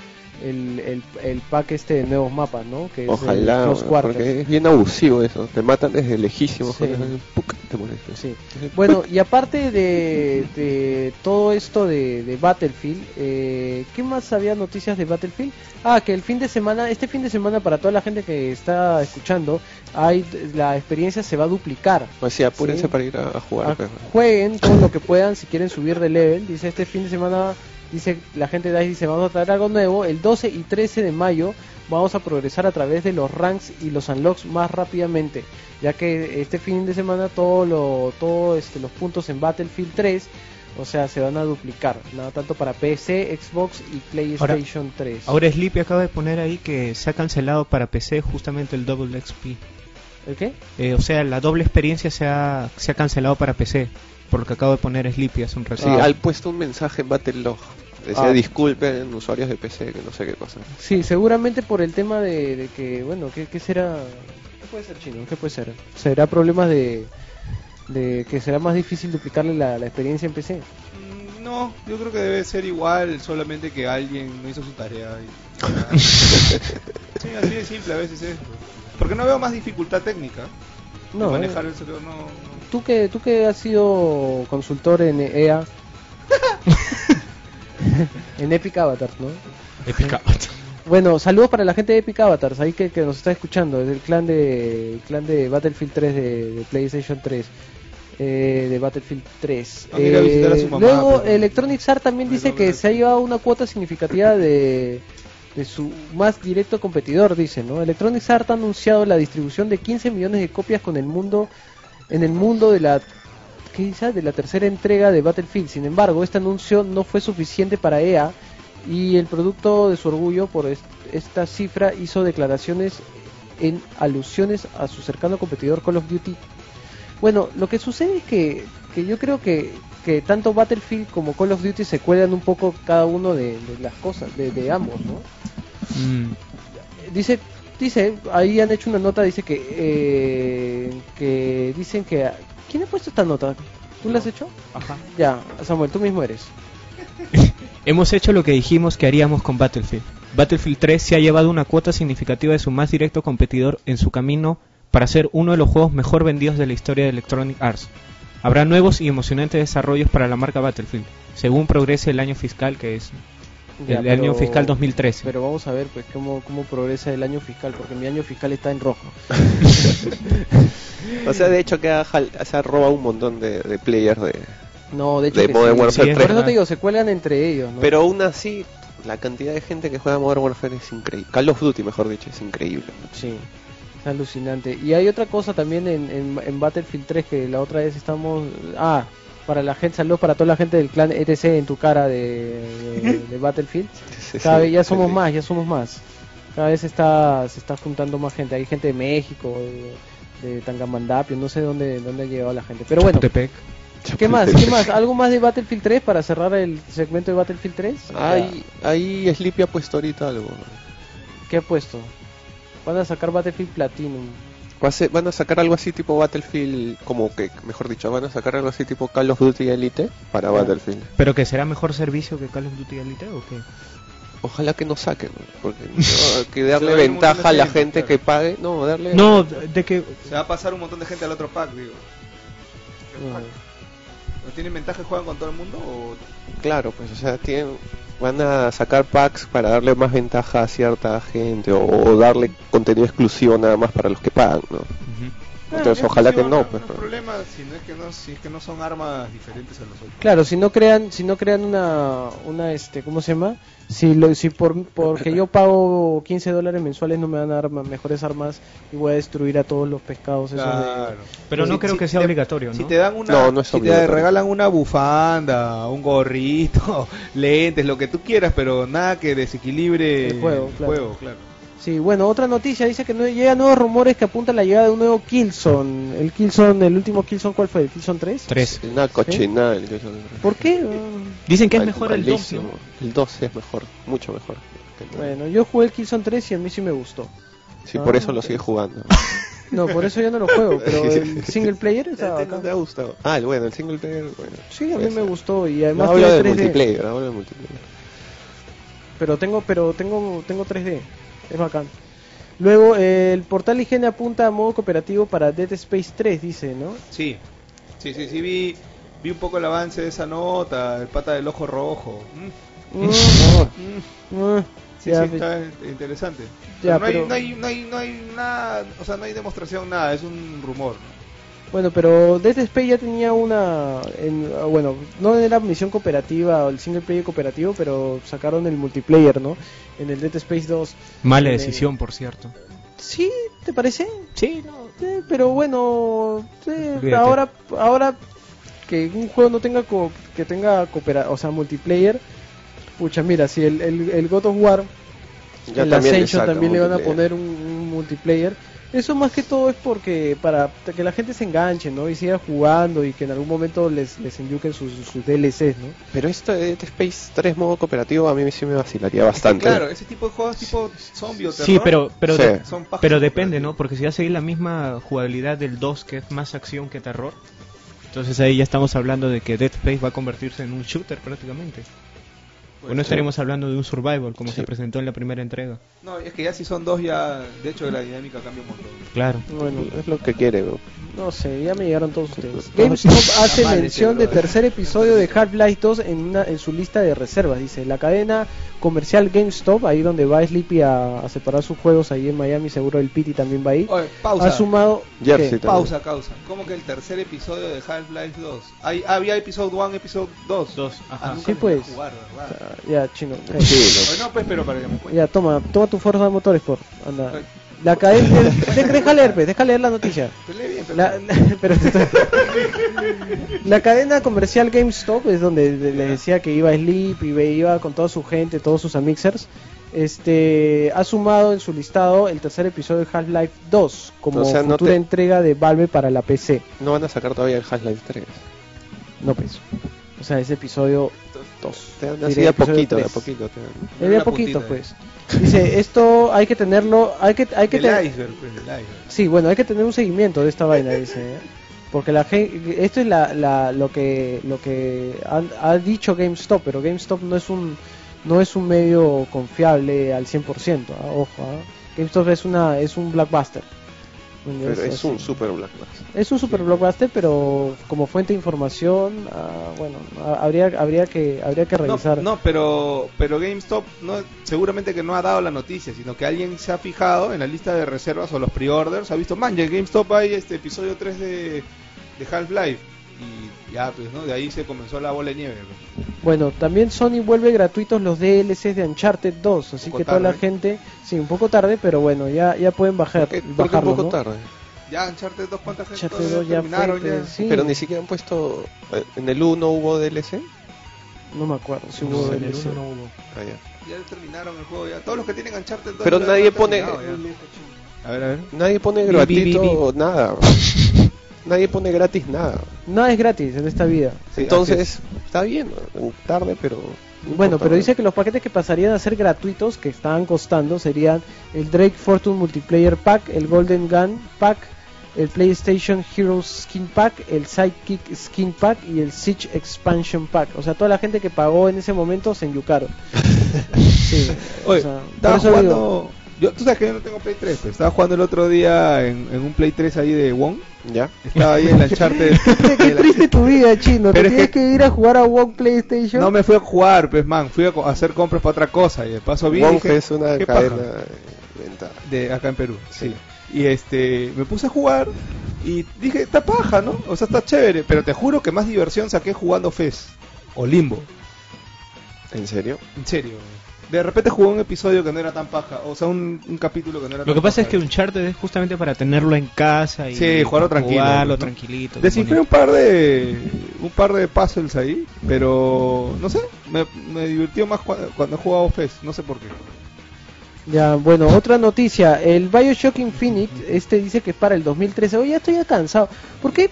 B: el, el, el pack este de nuevos mapas, ¿no? Que es
F: Ojalá,
B: el Cross Quarter.
F: porque es bien abusivo eso. Te matan desde lejísimos.
B: Sí.
F: Puc, te molestas.
B: Sí. Bueno, y aparte de, de todo esto de, de Battlefield, eh, ¿qué más había noticias de Battlefield? Ah, que el fin de semana, este fin de semana para toda la gente que está escuchando, hay la experiencia se va a duplicar.
F: O sea, apúrense
B: Sí.
F: para ir a, a jugar.
B: Ah,
F: pero-
B: jueguen todo lo que puedan si quieren subir de level. Dice este fin de semana, dice la gente de DICE dice vamos a traer algo nuevo. El 12 y 13 de mayo vamos a progresar a través de los ranks y los unlocks más rápidamente, ya que este fin de semana todo lo, todo este, los puntos en Battlefield 3, o sea, se van a duplicar, nada tanto para PC, Xbox y PlayStation 3.
G: Ahora Sleepy acaba de poner ahí que se ha cancelado para PC justamente el Double XP.
B: ¿El qué?
G: Eh, o sea, la doble experiencia se ha, se ha cancelado para PC, por lo que acabo de poner Sleepy hace un rato.
F: Sí, han puesto un mensaje en Battlelog. Decía,
B: Ah.
F: disculpen usuarios de PC, que no sé qué cosa.
B: Sí, seguramente por el tema de, de que, bueno, ¿qué, qué será? ¿Qué puede ser chino? ¿Qué puede ser? ¿Será problemas de, de que será más difícil duplicarle la, la experiencia en PC?
H: Mm, No, yo creo que debe ser igual, solamente que alguien no hizo su tarea. Y... sí, así de simple a veces es. Porque no veo más dificultad técnica. No,
B: No,
H: manejar
B: eh,
H: el celular no. no.
B: tú que tú que has sido consultor en E EA, en Epic Avatar, ¿no? Bueno, saludos para la gente de Epic Avatars, ahí que, que nos está escuchando, es el clan de el clan de Battlefield 3 de, de PlayStation 3. eh, de Battlefield 3.
H: Hay que ir a visitar a su mamá,
B: luego,
H: pero-
B: Electronic Arts también
H: Ay,
B: dice
H: no,
B: que
H: pero-
B: se ha llevado una cuota significativa de, de su más directo competidor, dice, ¿no? Electronic Arts ha anunciado la distribución de 15 millones de copias con el mundo en el mundo de la ¿qué dice? de la tercera entrega de Battlefield. Sin embargo, este anuncio no fue suficiente para EA y el producto de su orgullo por est- esta cifra hizo declaraciones en alusiones a su cercano competidor Call of Duty. Bueno, lo que sucede es que, que yo creo que, que tanto Battlefield como Call of Duty se cuelgan un poco cada uno de, de las cosas, de, de ambos, ¿no?
G: Mm,
B: dice dice ahí han hecho una nota dice que eh, que dicen que quién ha puesto esta nota tú la has hecho
G: ajá.
B: ya Samuel tú mismo eres
G: Hemos hecho lo que dijimos que haríamos con Battlefield. Battlefield 3 se ha llevado una cuota significativa de su más directo competidor en su camino para ser uno de los juegos mejor vendidos de la historia de Electronic Arts. Habrá nuevos y emocionantes desarrollos para la marca Battlefield, según progrese el año fiscal que es
B: Ya,
G: el
B: pero-
G: año fiscal 2013.
B: pero vamos a ver pues cómo cómo progresa el año fiscal porque mi año fiscal está en rojo
F: O sea, de hecho, que ha, jal- se ha robado un montón de, de players de...
B: no de hecho
F: De
B: que
F: Modern
B: sí.
F: Warfare
B: Sí, es
F: 3.
B: por eso te digo se cuelgan entre ellos ¿no?
F: Pero aún así, la cantidad de gente que juega Modern Warfare es increíble. Call of Duty, mejor dicho, es increíble.
B: Sí, es alucinante. Y hay otra cosa también en, en- en Battlefield 3 que la otra vez estamos... Ah, para la gente, saludos para toda la gente del clan ETC en tu cara de, de- de Battlefield. Cada vez ya somos más, ya somos más. Cada vez se está, se está juntando más gente. Hay gente de México, de, de Tangamandapio, no sé dónde, dónde ha llegado la gente. Pero bueno,
G: Chapultepec.
B: ¿qué más? ¿Qué más? ¿Algo más de Battlefield 3 para cerrar el segmento de Battlefield 3?
F: Ahí, ahí Sleepy ha puesto ahorita algo.
B: ¿Qué ha puesto? Van a sacar Battlefield Platinum.
F: Va a ser- Van a sacar algo así tipo Battlefield, como que, mejor dicho, van a sacar algo así tipo Call of Duty Elite para Battlefield.
G: ¿Pero que será mejor servicio que Call of Duty Elite o qué?
F: Ojalá que no saquen, porque no, hay
H: Se va a ir
F: que darle
H: un montón de
F: ventaja a la
H: gente,
F: gente
H: claro.
F: que pague. No, darle.
G: No, de que...
H: Se va a pasar un montón de gente al otro pack, digo. ¿No tienen ventaja y juegan con todo el mundo? O...
F: Claro, pues, o sea, tienen, van a sacar packs para darle más ventaja a cierta gente o, o darle contenido exclusivo nada más para los que pagan, ¿no? Entonces, ojalá que no, pues.
H: No es problema si no es que no, si es que no son armas diferentes a nosotros.
B: Claro, si no crean, si no crean una, una este, ¿cómo se llama? Si lo, si por, porque yo pago 15 dólares mensuales no me van a dar ma- mejores armas y voy a destruir a todos los pescados esos de-
G: Pero no
H: Si-
G: creo
H: si
G: que sea
H: te-
G: obligatorio, ¿no?
H: Si te dan una,
F: No, no es
H: si te
F: obligatorio.
H: regalan una bufanda, un gorrito, lentes, lo que tú quieras, pero nada que desequilibre
B: El juego, claro.
H: juego, claro.
B: Sí, bueno, otra noticia dice que no llegan nuevos rumores que apuntan a la llegada de un nuevo Killzone. El Killzone, el último Killzone, ¿cuál fue? ¿El Killzone 3?
G: Tres.
F: Una cochinada. el-
B: ¿Por qué? Ah,
G: Dicen que es
F: mal-
G: mejor el 2,
F: malísimo. El 12 es mejor, mucho mejor. que el-
B: Bueno, yo jugué el Killzone 3 y a mí sí me gustó.
F: sí,
B: ah,
F: por eso lo sigue jugando.
B: No, por eso yo no lo juego, pero el single player estaba
F: Este no te
B: bacán.
F: ha gustado. Ah, el bueno, el single player, bueno.
B: Sí, a mí
F: puede
B: me
F: ser.
B: gustó y
F: No
B: además
F: hablo
B: tiene
F: de
B: 3D.
F: multiplayer, hablo de multiplayer.
B: Pero tengo, pero tengo, tengo 3D. Es bacán. Luego, eh, el portal IGN apunta a modo cooperativo para Dead Space 3, dice, ¿no?
E: Sí, sí, sí, sí, vi, vi un poco el avance de esa nota, el pata del ojo rojo. Mm,
B: Mm,
E: mm,
B: mm,
E: Sí,
B: ya,
E: sí,
B: pues,
E: está in- interesante.
B: Ya,
E: Pero no, hay,
B: pero-
E: no, hay, no, hay, no hay nada, o sea, no hay demostración, nada, es un rumor.
B: Bueno, pero Dead Space ya tenía una. en- ah, bueno, no era misión cooperativa o el single player cooperativo, pero sacaron el multiplayer, ¿no? En el Dead Space 2.
G: Mala
B: Eh,
G: decisión, por cierto.
B: ¿Sí? ¿Te parece?
G: Sí, no.
B: Eh, pero bueno, eh,
G: Olvídate.
B: ahora, ahora que un juego no tenga co- que tenga coopera o sea, multiplayer, pucha, mira, si el, el, el God of War,
F: Ya
B: el
F: también le
B: Ascension
F: sacan
B: también le van a
F: multiplayer.
B: poner un, un multiplayer. Eso más que todo es porque para que la gente se enganche, ¿no? Y siga jugando y que en algún momento les, les enyuquen sus, sus DLCs, ¿no?
F: Pero esto de Dead Space 3 modo cooperativo a mí sí me vacilaría bastante.
E: Claro, ese tipo de juegos tipo zombie o terror.
G: Sí, pero, pero,
F: Sí.
G: de-
E: Son pajas
G: pero depende,
E: cooperativas.
G: ¿no? Porque si va a seguir la misma jugabilidad del 2, que es más acción que terror, entonces ahí ya estamos hablando de que Dead Space va a convertirse en un shooter prácticamente. O no estaremos hablando de un survival como se presentó en la primera entrega.
E: No, es que ya si son dos ya, de hecho la dinámica cambia un montón.
G: Claro.
B: Bueno,
F: Es lo que quiere, bro.
B: no sé, ya me llegaron todos ustedes. GameStop hace
E: Amálese,
B: mención de
E: brother.
B: tercer episodio de Half-Life 2 en, una, en su lista de reservas. Dice, la cadena comercial GameStop, ahí donde va Sleepy a, a separar sus juegos, ahí en Miami, seguro el Pity también va ahí.
E: Oye, pausa.
B: Ha sumado...
F: Jersey
B: ¿qué?
F: también.
E: Pausa, causa. ¿Cómo que el tercer episodio de Half-Life 2? Hay, había episodio 1, episodio 2.
G: Dos, ajá.
E: Ah, nunca
B: Sí,
E: me
B: pues.
E: voy a Jugar, ¿verdad?
B: Ah, Ya, chino. eh.
F: Sí,
E: Oye, no, pues, pero para que me cuente.
B: Ya, toma, toma tu Forza Motorsport. Anda.
E: Ay.
B: La cadena... de- deja leer, pues, deja leer la noticia.
E: Pero lee bien, pero-
B: La, pero te estoy- la cadena comercial GameStop es donde de- les decía que iba Sleep y iba con toda su gente, todos sus amixers. Este ha sumado en su listado el tercer episodio de Half-Life 2 como
F: O sea, no
B: futura
F: te-
B: entrega de Valve para la PC.
F: no. No van a sacar todavía el Half-Life 3.
B: No pienso. O sea, ese episodio Dos.
F: Te dan
B: Diré
F: así de a
B: episodio
F: poquito, de a
B: tres.
F: poquito. te dan.
B: es de a
E: Una
B: poquito,
E: puntita,
F: eh.
B: pues. Dice, esto hay que tenerlo, hay que hay que
E: el
B: te-
E: iceberg, pues, el iceberg.
B: Sí, bueno, hay que tener un seguimiento de esta vaina, dice. ¿eh? Porque la gen- esto es la, la- lo que lo que han- ha dicho GameStop, pero GameStop no es un no es un medio confiable al 100%, ¿ah? ojo. ¿ah? GameStop es una es un blockbuster.
F: Pero es
B: así.
F: un super Black Mass.
B: Es un super blockbuster, pero como fuente de información, ah, bueno, ah, habría habría que habría que revisar.
E: No, no, pero, pero GameStop no, seguramente que no ha dado la noticia, sino que alguien se ha fijado en la lista de reservas o los pre-orders, ha visto, man, ya en GameStop hay este episodio 3 de, de Half-Life. Y ya, pues, ¿no? De ahí se comenzó la bola de nieve. pues.
B: Bueno, también Sony vuelve gratuitos los DLCs de Uncharted 2, así
E: poco
B: que toda la
E: tarde.
B: gente, sí, un poco tarde, pero bueno, ya ya pueden bajar,
F: Porque, porque
B: bajarlo,
F: un
B: ¿no?
F: poco tarde.
E: Ya, Uncharted 2, ¿cuántas gente
B: Uncharted 2 ya
E: terminaron
B: fue,
E: ya?
B: pues, sí.
F: Pero ni siquiera han puesto. eh, En el 1 hubo DLC.
B: No me acuerdo si hubo
G: No, en el
B: DLC.
G: uno no hubo.
F: Ah, ya.
E: Ya terminaron el juego, ya. Todos los que tienen Uncharted 2.
F: Pero
E: ya
F: nadie
E: lo han
F: pone-
E: terminado, ya.
I: A ver, a ver.
F: Nadie pone
G: Bi,
F: gratis
G: bi, bi, bi.
F: nada. Nadie pone gratis nada.
B: Nada es gratis en esta vida.
F: Entonces, está bien, ¿no? tarde, pero. no
B: Bueno,
F: importa,
B: pero
F: ¿no?
B: dice que los paquetes que pasarían a ser gratuitos, que estaban costando, serían el Drake Fortune Multiplayer Pack, el Golden Gun Pack, el PlayStation Heroes Skin Pack, el Sidekick Skin Pack y el Siege Expansion Pack. O sea, toda la gente que pagó en ese momento se enyucaron. sí,
E: Oye,
B: o sea, por
E: estaba
B: eso
E: jugando.
B: digo,
E: Yo, tú sabes que yo no tengo Play 3, pero estaba jugando el otro día en, en un Play 3 ahí de Wong.
F: Ya.
E: Estaba ahí en la Uncharted.
B: Qué triste tu vida, chino. Te
E: Pero es
B: tienes
E: que-
B: que ir a jugar a Walk PlayStation.
E: No me fui a jugar, pues man, fui a co- a hacer compras para otra cosa y de paso vi
F: Wong
E: dije,
F: es una
E: "¿Qué
F: cadena
E: paja?".
F: eh, venta.
E: de acá en Perú, sí. Y este, me puse a jugar y dije, está paja, ¿no? O sea, está chévere, pero te juro que más diversión saqué jugando Fez o Limbo,
F: ¿En serio?
E: en serio. De repente jugué un episodio que no era tan paja, o sea, un, un capítulo que no era
G: Lo
E: tan
G: que pasa es
E: paja.
G: que Uncharted es justamente para tenerlo en casa y
E: Sí, jugarlo tranquilo,
G: jugarlo
E: ¿no?
G: tranquilito.
E: Descifré un par de un par de puzzles ahí, pero no sé, me, me divirtió más cua- cuando he jugado Fez, no sé por qué.
B: Ya, bueno, otra noticia. El Bioshock Infinite, este dice que es para el 2013. Oye, ya estoy ya cansado. ¿Por qué,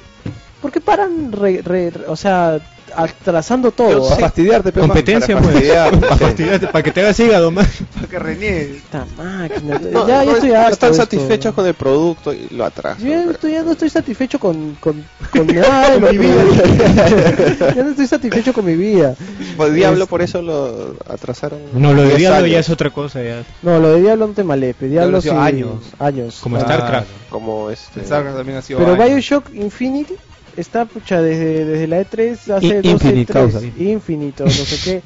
B: por qué paran, re- re- re- o sea, atrasando todo.
F: Yo
B: ¿ah?
F: sé.
E: fastidiarte, pe, man.
G: Competencia,
F: para
G: pues.
F: fastidiar,
G: Para
F: sí.
G: fastidiarte, para que te hagas hígado, man.
F: Para que reniegues.
B: Esta máquina.
F: No,
B: ya,
F: no
B: ya estoy
F: es- no
B: harto
F: están
B: de esto.
F: satisfechos con el producto y lo atrasan.
B: Yo ya no
F: pero-
B: estoy- ya no estoy satisfecho con, con, con nada de lo
F: mi
B: que- ya no estoy satisfecho con mi vida.
F: Pues Diablo por eso lo atrasaron.
G: No, lo de
F: 10
G: diablo
F: años,
G: ya es otra cosa, ya.
B: No, lo de Diablo no te malepe. Diablo
E: ha sido
B: sí-
E: años.
B: Años.
G: Como
B: claro.
G: StarCraft.
F: Como este.
E: Starcraft también ha sido
B: Pero
E: años.
B: Bioshock Infinity está pucha desde, desde la E3 hace E
G: In-
B: 12,
G: Infinite
B: 3,
G: causa.
B: Infinito, no sé qué.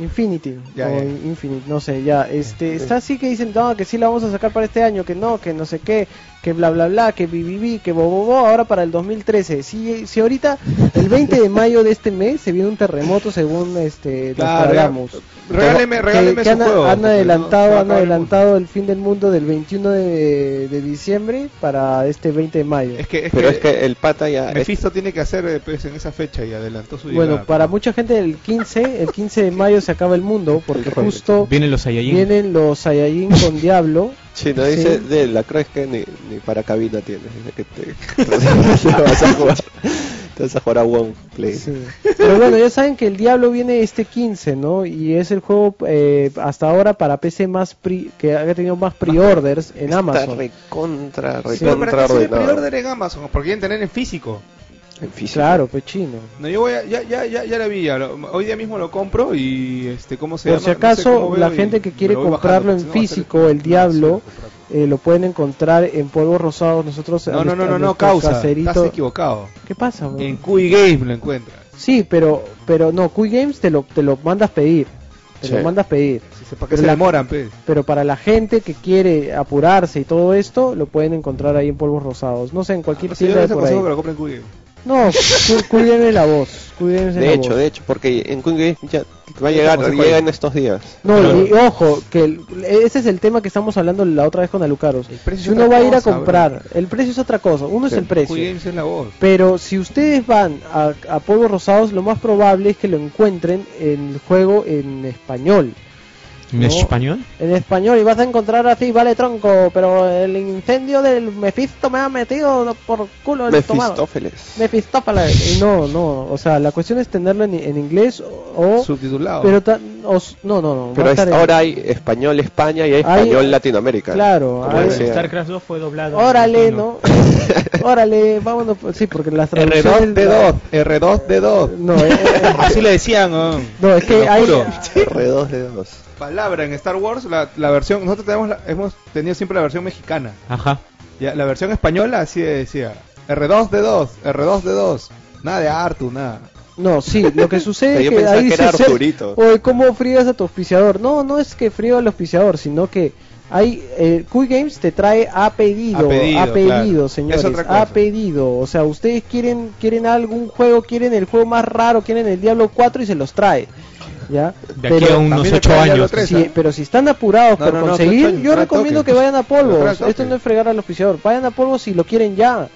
B: Infinity
E: Ya,
B: o
E: ya.
B: Infinite, no sé, ya, este, está así que dicen, no, que sí la vamos a sacar para este año, que no, que no sé qué, que bla bla bla, que bibibi, que bobobo, ahora para el 2013. Si, si ahorita, el 20 de mayo de este mes, se viene un terremoto según este,
E: Claro,
B: Nostradamus.
E: Regáleme,
B: Que-
E: regáleme
B: que
E: su
B: han,
E: juego.
B: han
E: porque no,
B: adelantado, han
E: se va a acabar el mundo.
B: adelantado el fin del mundo del 21 de, de diciembre para este 20 de mayo.
E: Es que, es
F: Pero
E: que
F: es que el pata ya. es-
E: Mephisto tiene que hacer eh, pues, en esa fecha y adelantó su llegada.
B: Bueno, para mucha gente el 15, el 15 de mayo se acaba el mundo porque justo
G: Vienen los Saiyajin.
B: vienen los Saiyajin con Diablo.
F: Si no
B: Sí.
F: dice de la cruz que ni, ni para cabina tiene. Dice que te, te vas a jugar. Te vas a jugar a One Play.
B: Sí. Pero bueno, ya saben que el Diablo viene este 15, ¿no? Y es el juego eh, hasta ahora para PC más pre- que ha tenido más pre-orders en
F: Está
B: Amazon.
F: recontra,
B: Sí, pero
E: Pero para
F: recontra
E: qué sirve
F: ordenado.
E: pre-order en Amazon, porque quieren tener en físico.
F: En físico.
B: Claro, pues pechino.
E: No, yo voy a- ya, ya, ya, ya la vi, ya lo- hoy día mismo lo compro y este, ¿cómo se
B: Por
E: llama?
B: si
E: No sé cómo
B: acaso
E: veo
B: la
E: y
B: gente que
E: me
B: quiere
E: lo voy bajando,
B: comprarlo
E: porque
B: en
E: si no va a ser-
B: físico, el
E: no,
B: Diablo,
E: sí, lo compro.
B: eh, lo pueden encontrar en polvos rosados. Nosotros
E: No,
B: a
E: no, no,
B: nuestro-
E: no,
B: a
E: no,
B: nuestro
E: causa.
B: caserito-
E: Estás equivocado.
B: ¿Qué pasa, bro?
E: En QI Games lo encuentras.
B: Sí, pero, pero no, Quick Games te lo, te lo mandas pedir. Te
F: Sí.
B: lo mandas pedir.
E: Si sepa que
B: Pero
E: se
B: la-
E: demoran, pues.
B: Pero para la gente que quiere apurarse y todo esto, lo pueden encontrar ahí en polvos rosados. No sé, en cualquier
E: No sé, yo
B: tienda
E: les
B: de por ahí.
E: aconsejo que lo compren en QI Games.
B: No, cu- cuídenme la voz. Cuídense la
F: De hecho,
B: voz.
F: de hecho, porque en Queen Games ya va a llegar,
E: Estamos en
F: llega
E: cuál.
F: en estos días.
B: No, y ojo, que el- ese es el tema que estamos hablando la otra vez con Alucaros.
E: precio
B: Si
E: es
B: uno
E: otra
B: va a ir a
E: cosa, bro.
B: comprar, el precio es otra cosa. Uno es el precio.
E: QI Games es la voz.
B: Pero si ustedes van a, a Polvos Rosados, lo más probable es que lo encuentren en el juego en español.
G: ¿En
B: No.
G: español?
B: En español, y vas a encontrar así, vale tronco, pero el incendio del Mephisto me ha metido por culo en el tomado.
F: Mefistófeles.
B: Mephistófeles. Y No, no, o sea, la cuestión es tenerlo en, en inglés o...
E: Subtitulado.
B: pero ta- o s- no, no, no. va
F: Pero
B: a
F: es-
B: estar en-
F: ahora hay español España y hay
B: Hay-
F: español Latinoamérica.
B: Claro,
F: Como
B: hay-
F: decía.
G: StarCraft 2 fue doblado. en
B: Órale,
G: latino.
B: ¿no? Órale, vámonos. pues, Sí, porque las traducciones...
E: R2D2, R2D2.
B: No, eh, eh,
E: Así le decían, ¿no?
B: no, es que
E: Te lo
B: hay...
E: juro.
F: R2 de 2.
E: palabra en Star Wars, la, la versión, nosotros tenemos la- hemos tenido siempre la versión mexicana.
G: Ajá.
E: Ya, la versión española así decía, R2D2, R2D2, nada de Artu, nada.
B: No, sí, lo que sucede es
F: Yo
B: que
F: pensaba
B: ahí
F: que era
B: dice,
F: Arturito.
B: Oye, ¿cómo frías a tu auspiciador? No, no es que frío al auspiciador, sino que hay eh, Cool Games te trae a pedido,
E: A
B: a
E: pedido,
B: pedido,
E: claro.
B: señores,
E: Es otra cosa.
B: a pedido. O sea, ustedes quieren quieren algún juego, quieren el juego más raro, quieren el Diablo 4 y se los trae. ¿Ya?
G: De aquí a unos
E: también
G: 8
E: le cambiaron
G: años.
E: tres.
B: Sí, pero si están apurados
E: No,
B: por
E: no, no,
B: conseguir,
E: trae-
B: yo
E: trae
B: recomiendo
E: toque.
B: que vayan a
E: Trae
B: polvos.
E: toque.
B: Esto no es fregar al auspiciador. Vayan a polvos si lo quieren ya.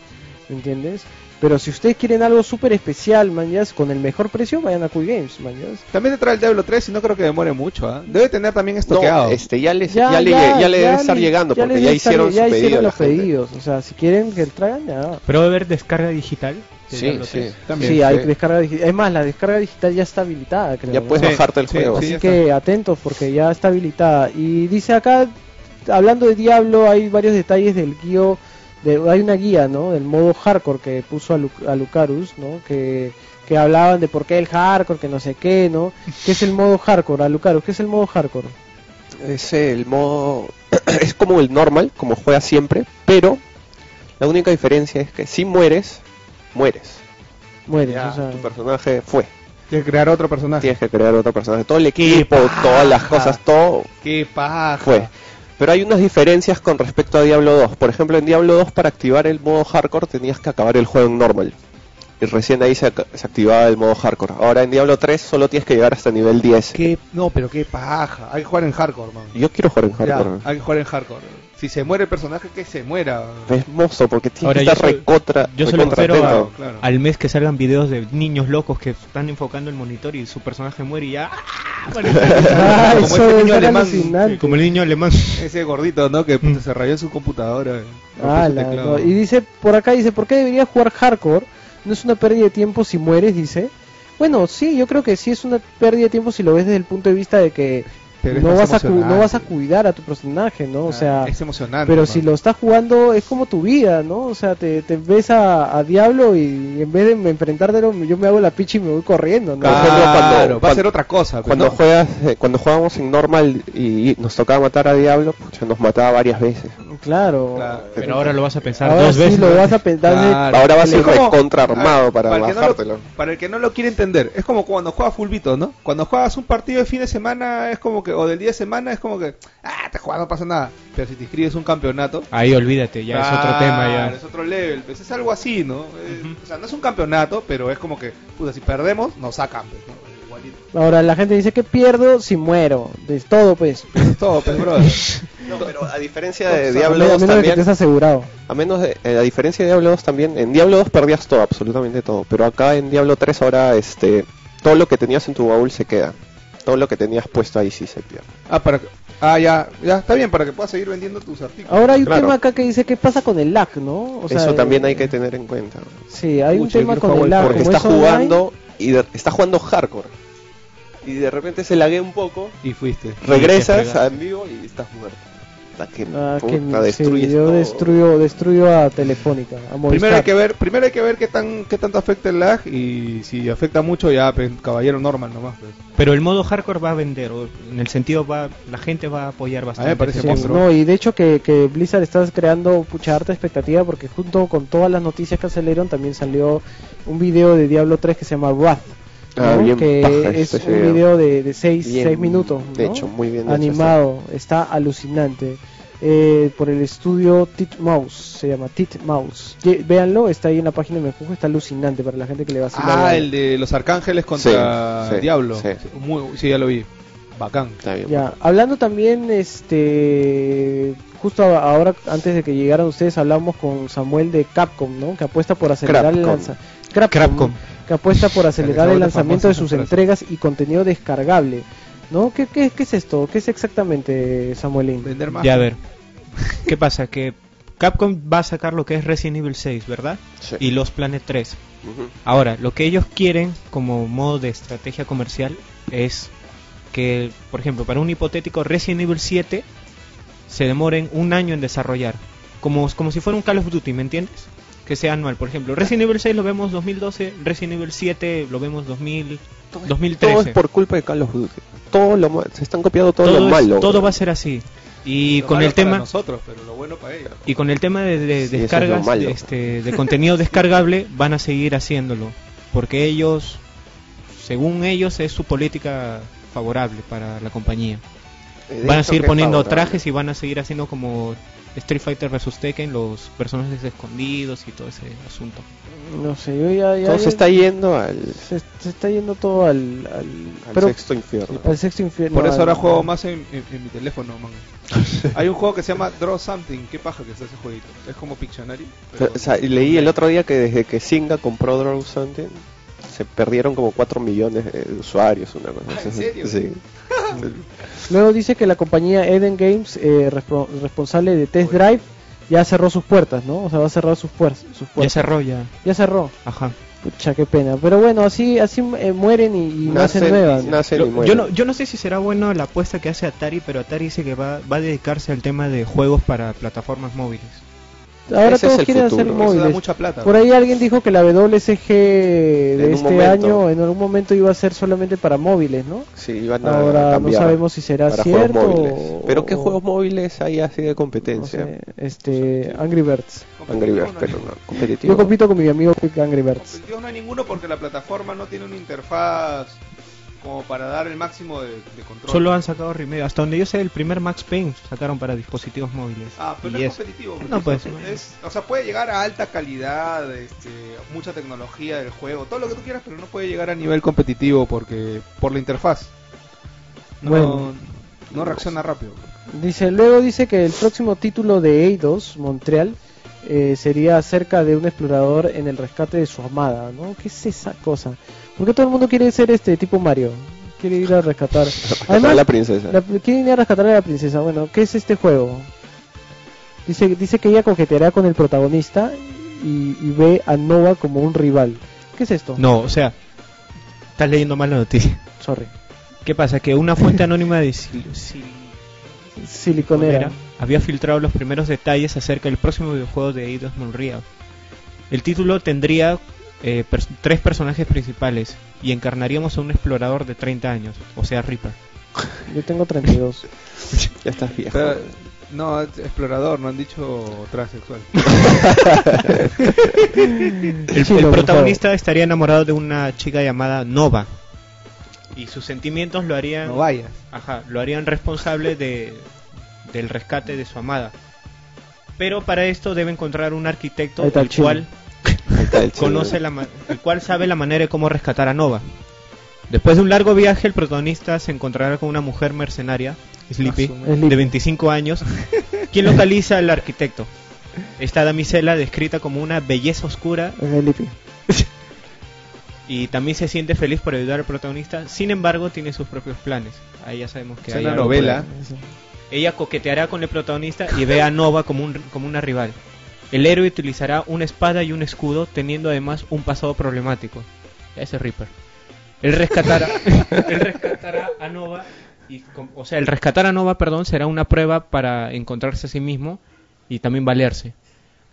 B: ¿Me entiendes? Pero si ustedes quieren algo súper especial, mañas, con el mejor precio, vayan a Cool Games, mañas.
E: También te trae el Diablo 3 y no creo que demore mucho, ¿ah? Debe tener también estoqueado.
F: No, este, ya, les, ya, le, ya le debe estar llegando porque
B: les
F: ya
B: debe estar-
F: hicieron
B: ya
F: su pedido.
B: hicieron
F: a la
B: los
F: gente.
B: pedidos. O sea, si quieren que traigan, ya.
G: Pero va a haber descarga digital. de
F: Sí,
G: Diablo
F: sí.
G: 3.
E: También,
B: sí,
E: sí.
B: hay descarga digital. Es más, la descarga digital ya está habilitada, creo.
F: Ya
B: ¿no?
F: puedes
E: Sí,
F: bajarte el
E: sí,
F: juego.
E: sí.
B: Así
E: ya
B: que atentos porque ya está habilitada. Y dice acá, hablando de Diablo, hay varios detalles del guío. De, hay una guía, ¿no? Del modo hardcore que puso a, Lucarus, ¿no? Que, que hablaban de por qué el hardcore, que no sé qué, ¿no? ¿Qué es el modo hardcore? Alucarus, ¿qué es el modo hardcore?
F: Es el modo. es como el normal, como juega siempre, pero la única diferencia es que si mueres, mueres.
B: Mueres,
F: Ya,
B: o sea,
F: tu personaje fue.
E: Tienes que crear otro personaje.
F: Tienes que crear otro personaje. Todo el equipo, todas las cosas, todo
E: ¡Qué paja!
F: fue. Pero hay unas diferencias con respecto a Diablo 2. Por ejemplo, en Diablo 2 para activar el modo hardcore tenías que acabar el juego en normal. Y recién ahí se, ac- se activaba el modo hardcore. Ahora en Diablo 3 solo tienes que llegar hasta nivel 10.
E: Qué- No, pero qué paja. Hay que jugar en hardcore, man.
F: Yo quiero jugar en
E: Ya,
F: hardcore.
E: hay que jugar en hardcore. Si se muere el personaje, que se muera.
F: Es monstruo porque tienes
G: Ahora
F: que
G: yo
F: estar
G: solo-
F: recontra.
G: Yo solo
F: recontra
G: espero
F: atento.
G: a- al mes que salgan videos de niños locos que están enfocando el monitor y su personaje muere y ya.
B: Ah,
E: Como
B: eso
E: este
B: debe
E: niño
B: ser
E: alemán,
B: alucinante.
G: Como el niño alemán.
E: Ese gordito, ¿no? Que puta, se rayó en su computadora. eh. Rompió
B: Mm. Ah,
E: su
B: la- no.
E: teclado.
B: Y dice, por acá dice, ¿por qué deberías jugar hardcore? No es una pérdida de tiempo si mueres, dice. Bueno, sí, yo creo que sí es una pérdida de tiempo si lo ves desde el punto de vista de que
E: Pero es
B: no
E: más
B: vas, a cu-
E: emocionante.
B: no vas a cuidar a tu personaje, ¿no? O sea,
E: Ah, es emocionante.
B: pero
E: hermano.
B: si lo estás jugando es como tu vida, ¿no? O sea, te, te ves a, a Diablo y en vez de me enfrentártelo, yo me hago la picha y me voy corriendo, ¿no?
F: Claro. cuando-
E: Claro, va a
F: cuando-
E: ser otra cosa. pues,
F: Cuando
E: ¿no?
F: juegas, eh, cuando jugábamos en normal y, y nos tocaba matar a Diablo, pucha, nos mataba varias veces.
B: Claro.
E: Claro.
G: Pero ahora lo vas a pensar
B: Ahora
G: dos
B: sí
G: veces.
B: lo vas a pensar.
E: Claro.
F: Ahora vas
E: Es
F: a ir
E: como-
F: recontra
E: A
F: armado
E: ver,
F: Ah,
E: el
F: para,
E: que no lo-
F: bajártelo.
E: para el que no lo quiere entender, es como cuando juegas fulbito, ¿no? Cuando juegas un partido de fin de semana es como que, o del día de semana es como que, ah, te juegas, no pasa nada. Pero si te inscribes a un campeonato,
G: Ahí olvídate, ya es otro
B: Ah,
E: claro,
G: tema ya.
E: Es otro level, pues es algo así, ¿no? Eh, O sea, no es un campeonato, pero es como que, puta, si perdemos, nos sacan, pues, ¿no? Igualito.
B: Ahora la gente dice que pierdo si muero. Es todo, pues.
E: Es todo, pues, brother.
F: No, pero a diferencia de
B: O sea,
F: Diablo
B: a
F: 2
B: menos de que
F: también,
B: estés asegurado.
F: a menos de, eh, a diferencia de Diablo 2 también, en Diablo 2 perdías todo, absolutamente todo, pero acá en Diablo 3 ahora este todo lo que tenías en tu baúl se queda. Todo lo que tenías puesto ahí sí se pierde.
E: Ah, para que- ah, ya, ya, está bien, para que puedas seguir vendiendo tus artículos.
B: Ahora hay un
F: Claro.
B: tema acá que dice qué pasa con el lag, ¿no? O sea,
F: Eso también
B: eh,
F: hay que tener en cuenta.
B: Sí, hay un
E: Pucha, yo
B: tema
E: quiero
B: con
E: jugar
B: el
E: al
B: lag.
F: porque
B: como
F: está
B: es online,
F: jugando y de- está jugando hardcore. Y de repente se laguea un poco,
E: Y fuiste.
F: regresas a en vivo y estás muerto. Puta, que
B: ah, que-
F: puta, destruyes
B: sí, yo
F: todo.
B: destruyo, destruyo a Telefónica, a Movistar.
E: Primero hay que ver, primero hay que ver qué tan qué tanto afecta el lag y si afecta mucho ya pues, caballero normal nomás. pues.
G: Pero el modo hardcore va a vender, o en el sentido va la gente va a apoyar bastante.
E: parece
B: Sí,
G: ese
E: monstruo.
B: no, y de hecho que, que Blizzard estás creando pucha harta expectativa porque junto con todas las noticias que salieron también salió un video de Diablo 3 que se llama Wrath. ¿no?
F: Ah, bien paja
B: que es
F: este
B: un
F: video.
B: video de, de 6
F: Bien
B: minutos. ¿no?
F: hecho, muy bien hecho,
B: Animado, está alucinante. Eh, por el estudio Titmouse, se llama Titmouse. Ye- Véanlo, está ahí en la página de Mejujo, está alucinante para la gente que le va a
E: Ah, el de los arcángeles contra
F: Sí, sí,
E: Diablo.
F: sí.
E: Muy- sí, ya lo vi. Bacán.
F: Está bien.
B: Ya, hablando también, este, justo a- ahora antes de que llegaran ustedes, hablamos con Samuel de Capcom, ¿no? Que apuesta por acelerar el
F: Crapcom.
B: lanzamiento. Que apuesta por acelerar
E: Se
B: el
E: vuelve
B: lanzamiento
E: famosa
B: de
E: esa
B: sus
E: frase.
B: entregas y contenido descargable, ¿no? ¿Qué, qué, qué es esto? ¿Qué es exactamente, Samuelín?
E: Vender más.
G: Ya a ver. ¿Qué pasa? Que Capcom va a sacar lo que es Resident Evil 6, ¿verdad?
F: Sí.
G: Y Los Planet 3.
F: Ujú.
G: Ahora, lo que ellos quieren como modo de estrategia comercial es que, por ejemplo, para un hipotético Resident Evil 7 se demoren un año en desarrollar. Como, como si fuera un Call of Duty, ¿me entiendes? Que sea anual, por ejemplo. Resident Evil 6 lo vemos 2012, Resident Evil 7 lo vemos 2000, 2013.
F: Todo es por culpa de Carlos Duty. Todo lo ma- se están copiando todo,
G: Todo
F: lo
G: es-
F: malo.
G: todo va a ser así. Y
E: Lo
G: con
E: malo
G: el
E: para
G: tema...
E: nosotros, pero lo bueno para ellos.
G: Y con el tema de, de-
F: Sí, eso es lo
G: descargas,
F: malo.
G: de, este, de contenido descargable, van a seguir haciéndolo. Porque ellos, según ellos, es su política favorable para la compañía.
F: Eh, de
G: Van a
F: hecho,
G: seguir
F: que
G: poniendo
F: favorable.
G: trajes y van a seguir haciendo como Street Fighter vs. Tekken, los personajes escondidos y todo ese asunto.
B: No sé, yo ya... ya-
F: Todo se
B: ya-
F: está yendo al,
B: se- se está yendo todo al... al,
F: al
B: pero- pues
F: sexto infierno.
B: al sexto infierno.
E: Por eso
B: al-
E: ahora juego más en, en- en mi teléfono, man. Hay un juego que se llama Draw Something. Qué paja que está ese jueguito. Es como Pictionary. pero-
F: O sea, y leí el otro día que desde que Singa compró Draw Something se perdieron como 4 millones de usuarios, una cosa.
E: Ah, ¿en
F: así.
E: serio?
F: Sí.
B: Luego dice que la compañía Eden Games, eh, respo- responsable de Test Drive, ya cerró sus puertas, ¿no? O sea, va a cerrar sus, puer- sus
G: Ya
B: puertas.
G: cerró ya.
B: Ya cerró.
G: Ajá.
B: Pucha, qué pena. Pero bueno, así así eh, mueren y, y nacen, nuevas.
F: nacen y
G: Lo-
F: mueren.
G: yo, no, yo no sé si será bueno la apuesta que hace Atari, pero Atari dice que va, va a dedicarse al tema de juegos para plataformas móviles.
B: Ahora
F: Ese es
B: todos
F: el
B: quieren hacer
F: futuro, eso da
E: Eso da
B: móviles.
E: mucha plata.
B: Por ahí alguien dijo que la WSG de
F: En un
B: este
F: momento.
B: año en algún momento iba a ser solamente para móviles, ¿no?
F: Sí, iban a
B: Ahora no
F: cambiar
B: sabemos si será
F: para juegos
B: cierto.
F: móviles.
B: o-
F: Pero ¿qué
B: o-
F: juegos móviles hay así de
B: no
F: competencia?
B: sé, este, Angry Birds.
F: Angry Birds, pero no, competitivo.
B: Yo compito con mi amigo Angry Birds.
E: Pues Yo no hay ninguno porque la plataforma no tiene una interfaz como para dar el máximo de, de control.
G: Solo han sacado remedio. Hasta donde yo sé, el primer Max Payne sacaron para dispositivos móviles.
E: Ah, pero
G: Y
E: es
G: es-
E: competitivo.
G: No, pues,
E: Es- es- o sea, puede llegar a alta calidad, este, mucha tecnología del juego, todo lo que tú quieras, pero no puede llegar a nivel competitivo porque por la interfaz. No,
B: Bueno.
E: no reacciona rápido.
B: Dice, luego dice que el próximo título de A2, Montreal, eh, sería acerca de un explorador en el rescate de su amada, ¿no? ¿Qué es esa cosa? ¿Por qué todo el mundo quiere ser este tipo Mario? Quiere ir a rescatar.
F: Está la
B: Además,
F: princesa.
B: la- quiere ir a rescatar a la princesa. Bueno, ¿qué es este juego? Dice, dice que ella coqueteará con el protagonista y, y ve a Nova como un rival. ¿Qué es esto?
G: No, o sea, Estás leyendo mal la noticia.
B: Sorry.
G: ¿Qué pasa? Que una fuente anónima de Sil- Sil-
B: Siliconera.
G: había filtrado los primeros detalles acerca del próximo videojuego de Eidos Monreal. El título tendría eh, pers- tres personajes principales y encarnaríamos a un explorador de 30 años, o sea, Reaper.
B: Yo tengo 32.
F: Ya estás viejo.
E: Pero- no, es explorador, no han dicho transexual.
G: El,
B: Chilo,
G: el
B: por
G: protagonista estaría enamorado de una chica llamada Nova y sus sentimientos lo harían,
E: No vayas.
G: ajá, lo harían responsable de, del rescate de su amada. Pero para esto debe encontrar un arquitecto
B: Ahí está el
G: el
B: chino.
G: cual
F: Ahí está el chino.
G: conoce la ma- el cual sabe la manera de cómo rescatar a Nova. Después de un largo viaje, el protagonista se encontrará con una mujer mercenaria, Sleepy,
B: Sleepy.
G: de 25 años, quien localiza al arquitecto. Esta damisela, descrita como una belleza oscura,
B: Es el hippie.
G: y también se siente feliz por ayudar al protagonista, sin embargo, tiene sus propios planes. Ahí ya sabemos que
E: Es
G: hay
E: una
G: algo por
E: novela.
G: Ella coqueteará con el protagonista y ve a Nova como, un, como una rival. El héroe utilizará una espada y un escudo, teniendo además un pasado problemático. Ya Ese es Reaper. Él rescatará, él rescatará a Nova. Y, com- o sea, el rescatar a Nova, perdón, será una prueba para encontrarse a sí mismo y también valerse.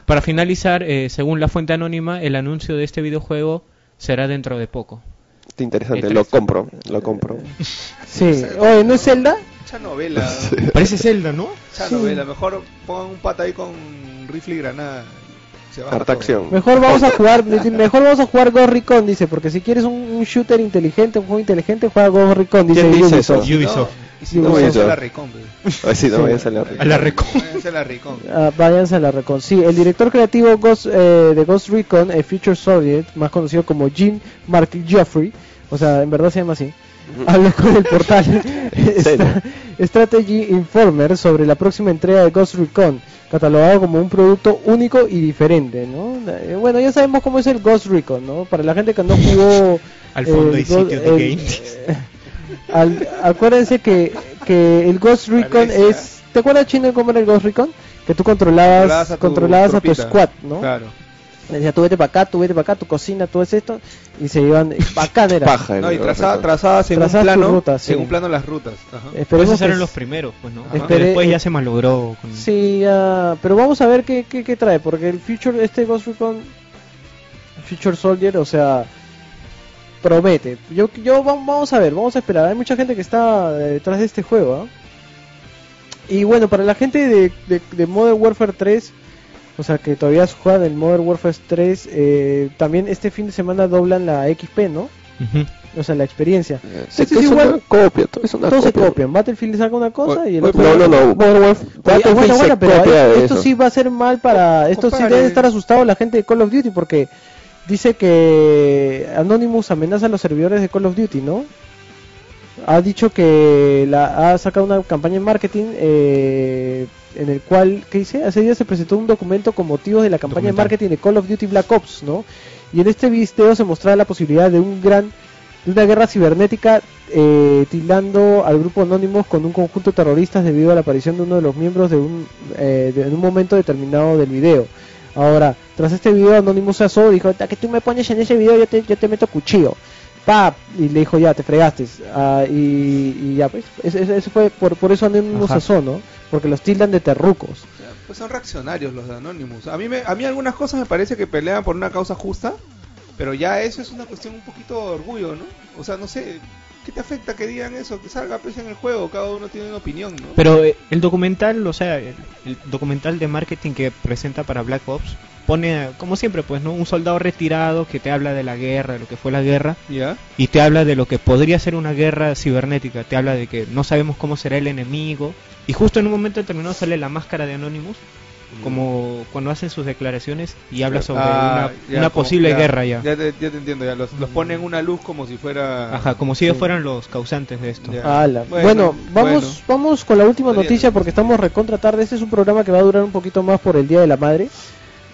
G: Para finalizar, eh, según la fuente anónima, el anuncio de este videojuego será dentro de poco.
F: Está interesante,
G: Interesante.
F: lo compro, lo compro.
B: Sí. Oye, ¿no es Zelda?
E: Mucha novela.
G: Parece Zelda, ¿no?
E: Mucha novela. Mejor pongan un pata ahí con rifle y granada. Se baja
F: Harta
E: todo.
F: acción.
B: Mejor vamos a jugar, mejor vamos a jugar Ghost Recon, dice, porque si quieres un, un shooter inteligente, un juego inteligente, juega Ghost Recon, dice.
F: ¿Quién dice
B: Ubisoft.
F: eso?
E: No, y si no,
F: Ubisoft.
E: váyanse a la Recon, pues.
F: A ver si no
B: Sí.
F: voy a salir.
G: A la Recon.
E: Váyanse a la Recon.
B: Ah, váyanse a la Recon. Sí, el director creativo Ghost, eh, de Ghost Recon, el Future Soviet, más conocido como Jim Mark Jeffrey, o sea, en verdad se llama así, habló con el portal Stra- Strategy Informer sobre la próxima entrega de Ghost Recon, catalogado como un producto único y diferente, ¿no? Eh, bueno, ya sabemos cómo es el Ghost Recon, ¿no? Para la gente que no jugó...
G: Al fondo
B: eh,
G: hay
B: Ghost-
G: sitios de
B: el-
G: games.
B: al- acuérdense que, que el Ghost Recon
E: Valencia.
B: es. ¿Te acuerdas, Chino, cómo era el Ghost Recon? Que tú controlabas, controlabas a tu,
E: tropita.
B: squad, ¿no?
E: Claro.
B: Le decía, tú vete para acá, tú vete para acá, tu cocina, tú haces esto. Y se iban. Bacán era.
F: Paja.
E: No, y
F: el-
E: trazada, trazadas en
B: Trazabas
E: un plano,
B: tus rutas, sí. Eh.
E: en un plano las rutas. Ajá.
G: Pues
B: Esperemos
G: esos eran
B: que-
G: los primeros, pues, ¿no?
E: Ajá.
G: Porque
B: Esperé-
G: Después ya se malogró. Con...
B: Sí, ya, pero vamos a ver qué, qué, qué trae, porque el Future, este Ghost Recon Future Soldier, o sea, promete. Yo, yo va- vamos a ver, vamos a esperar. Hay mucha gente que está detrás de este juego. ¿ah? Y bueno, para la gente de, de, de Modern Warfare 3, o sea, que todavía juegan el Modern Warfare 3, eh, también este fin de semana doblan la XP, ¿no?
G: Ujú.
B: O sea, la experiencia. Esto
F: Sí,
B: es
F: Eh, es
B: igual-
F: una copia, todo es una
B: Todos se
F: copia.
B: copian. Battlefield saca una cosa y el
F: Oye,
B: otro.
F: No, no, no. Modern Warfare
B: Oye,
F: Battlefield
B: aguanta,
F: se
B: aguanta, pero
F: copia
B: ahí-
F: de
B: esto
F: eso.
B: sí va a ser mal para. Esto sí
E: compare.
B: debe estar asustado la gente de Call of Duty porque dice que Anonymous amenaza a los servidores de Call of Duty, ¿no? Ha dicho que la, ha sacado una campaña en marketing eh, en el cual, ¿qué dice? Hace días se presentó un documento con motivos de la campaña de
G: Documental.
B: marketing de Call of Duty Black Ops, ¿no? Y en este video se mostraba la posibilidad de un gran de una guerra cibernética eh, tildando al grupo Anónimos con un conjunto de terroristas debido a la aparición de uno de los miembros de un, eh, de- en un momento determinado del video. Ahora, tras este video, Anónimos se asó y dijo, "Ta que tú me pones en ese video, yo te, yo te meto cuchillo. ¡Pap! Y le dijo, ya, te fregaste. Ah, y, y ya, pues, eso, eso- eso fue, por, por eso Anónimos se
G: Ajá.
B: asó, ¿no? Porque los tildan de terrucos.
E: Pues son reaccionarios los de Anonymous. A mí, me, a mí algunas cosas me parece que pelean por una causa justa, pero ya eso es una cuestión un poquito de orgullo, ¿no? O sea, no sé, ¿qué te afecta que digan eso? Que salga pues en el juego, cada uno tiene una opinión, ¿no?
G: Pero eh, el documental, o sea, el, el documental de marketing que presenta para Black Ops pone, como siempre, pues, ¿no? Un soldado retirado que te habla de la guerra, de lo que fue la guerra,
E: ¿Ya?
G: y te habla de lo que podría ser una guerra cibernética, te habla de que no sabemos cómo será el enemigo, y justo en un momento determinado sale la máscara de Anonymous, como cuando hacen sus declaraciones y habla sobre
E: Mm. Ah,
G: una,
E: ya,
G: una
E: como-
G: posible
E: ya,
G: guerra ya. Mm.
E: Ya te, ya te entiendo, ya los, los ponen una luz como si fuera...
G: Ajá, como si ellos
E: Sí.
G: fueran los causantes de esto.
E: Ya.
B: Ala. Bueno,
E: Bueno,
B: vamos,
E: bueno.
B: vamos con la última
E: Podría-
B: noticia porque estamos recontra tarde. Este es un programa que va a durar un poquito más por el Día de la Madre.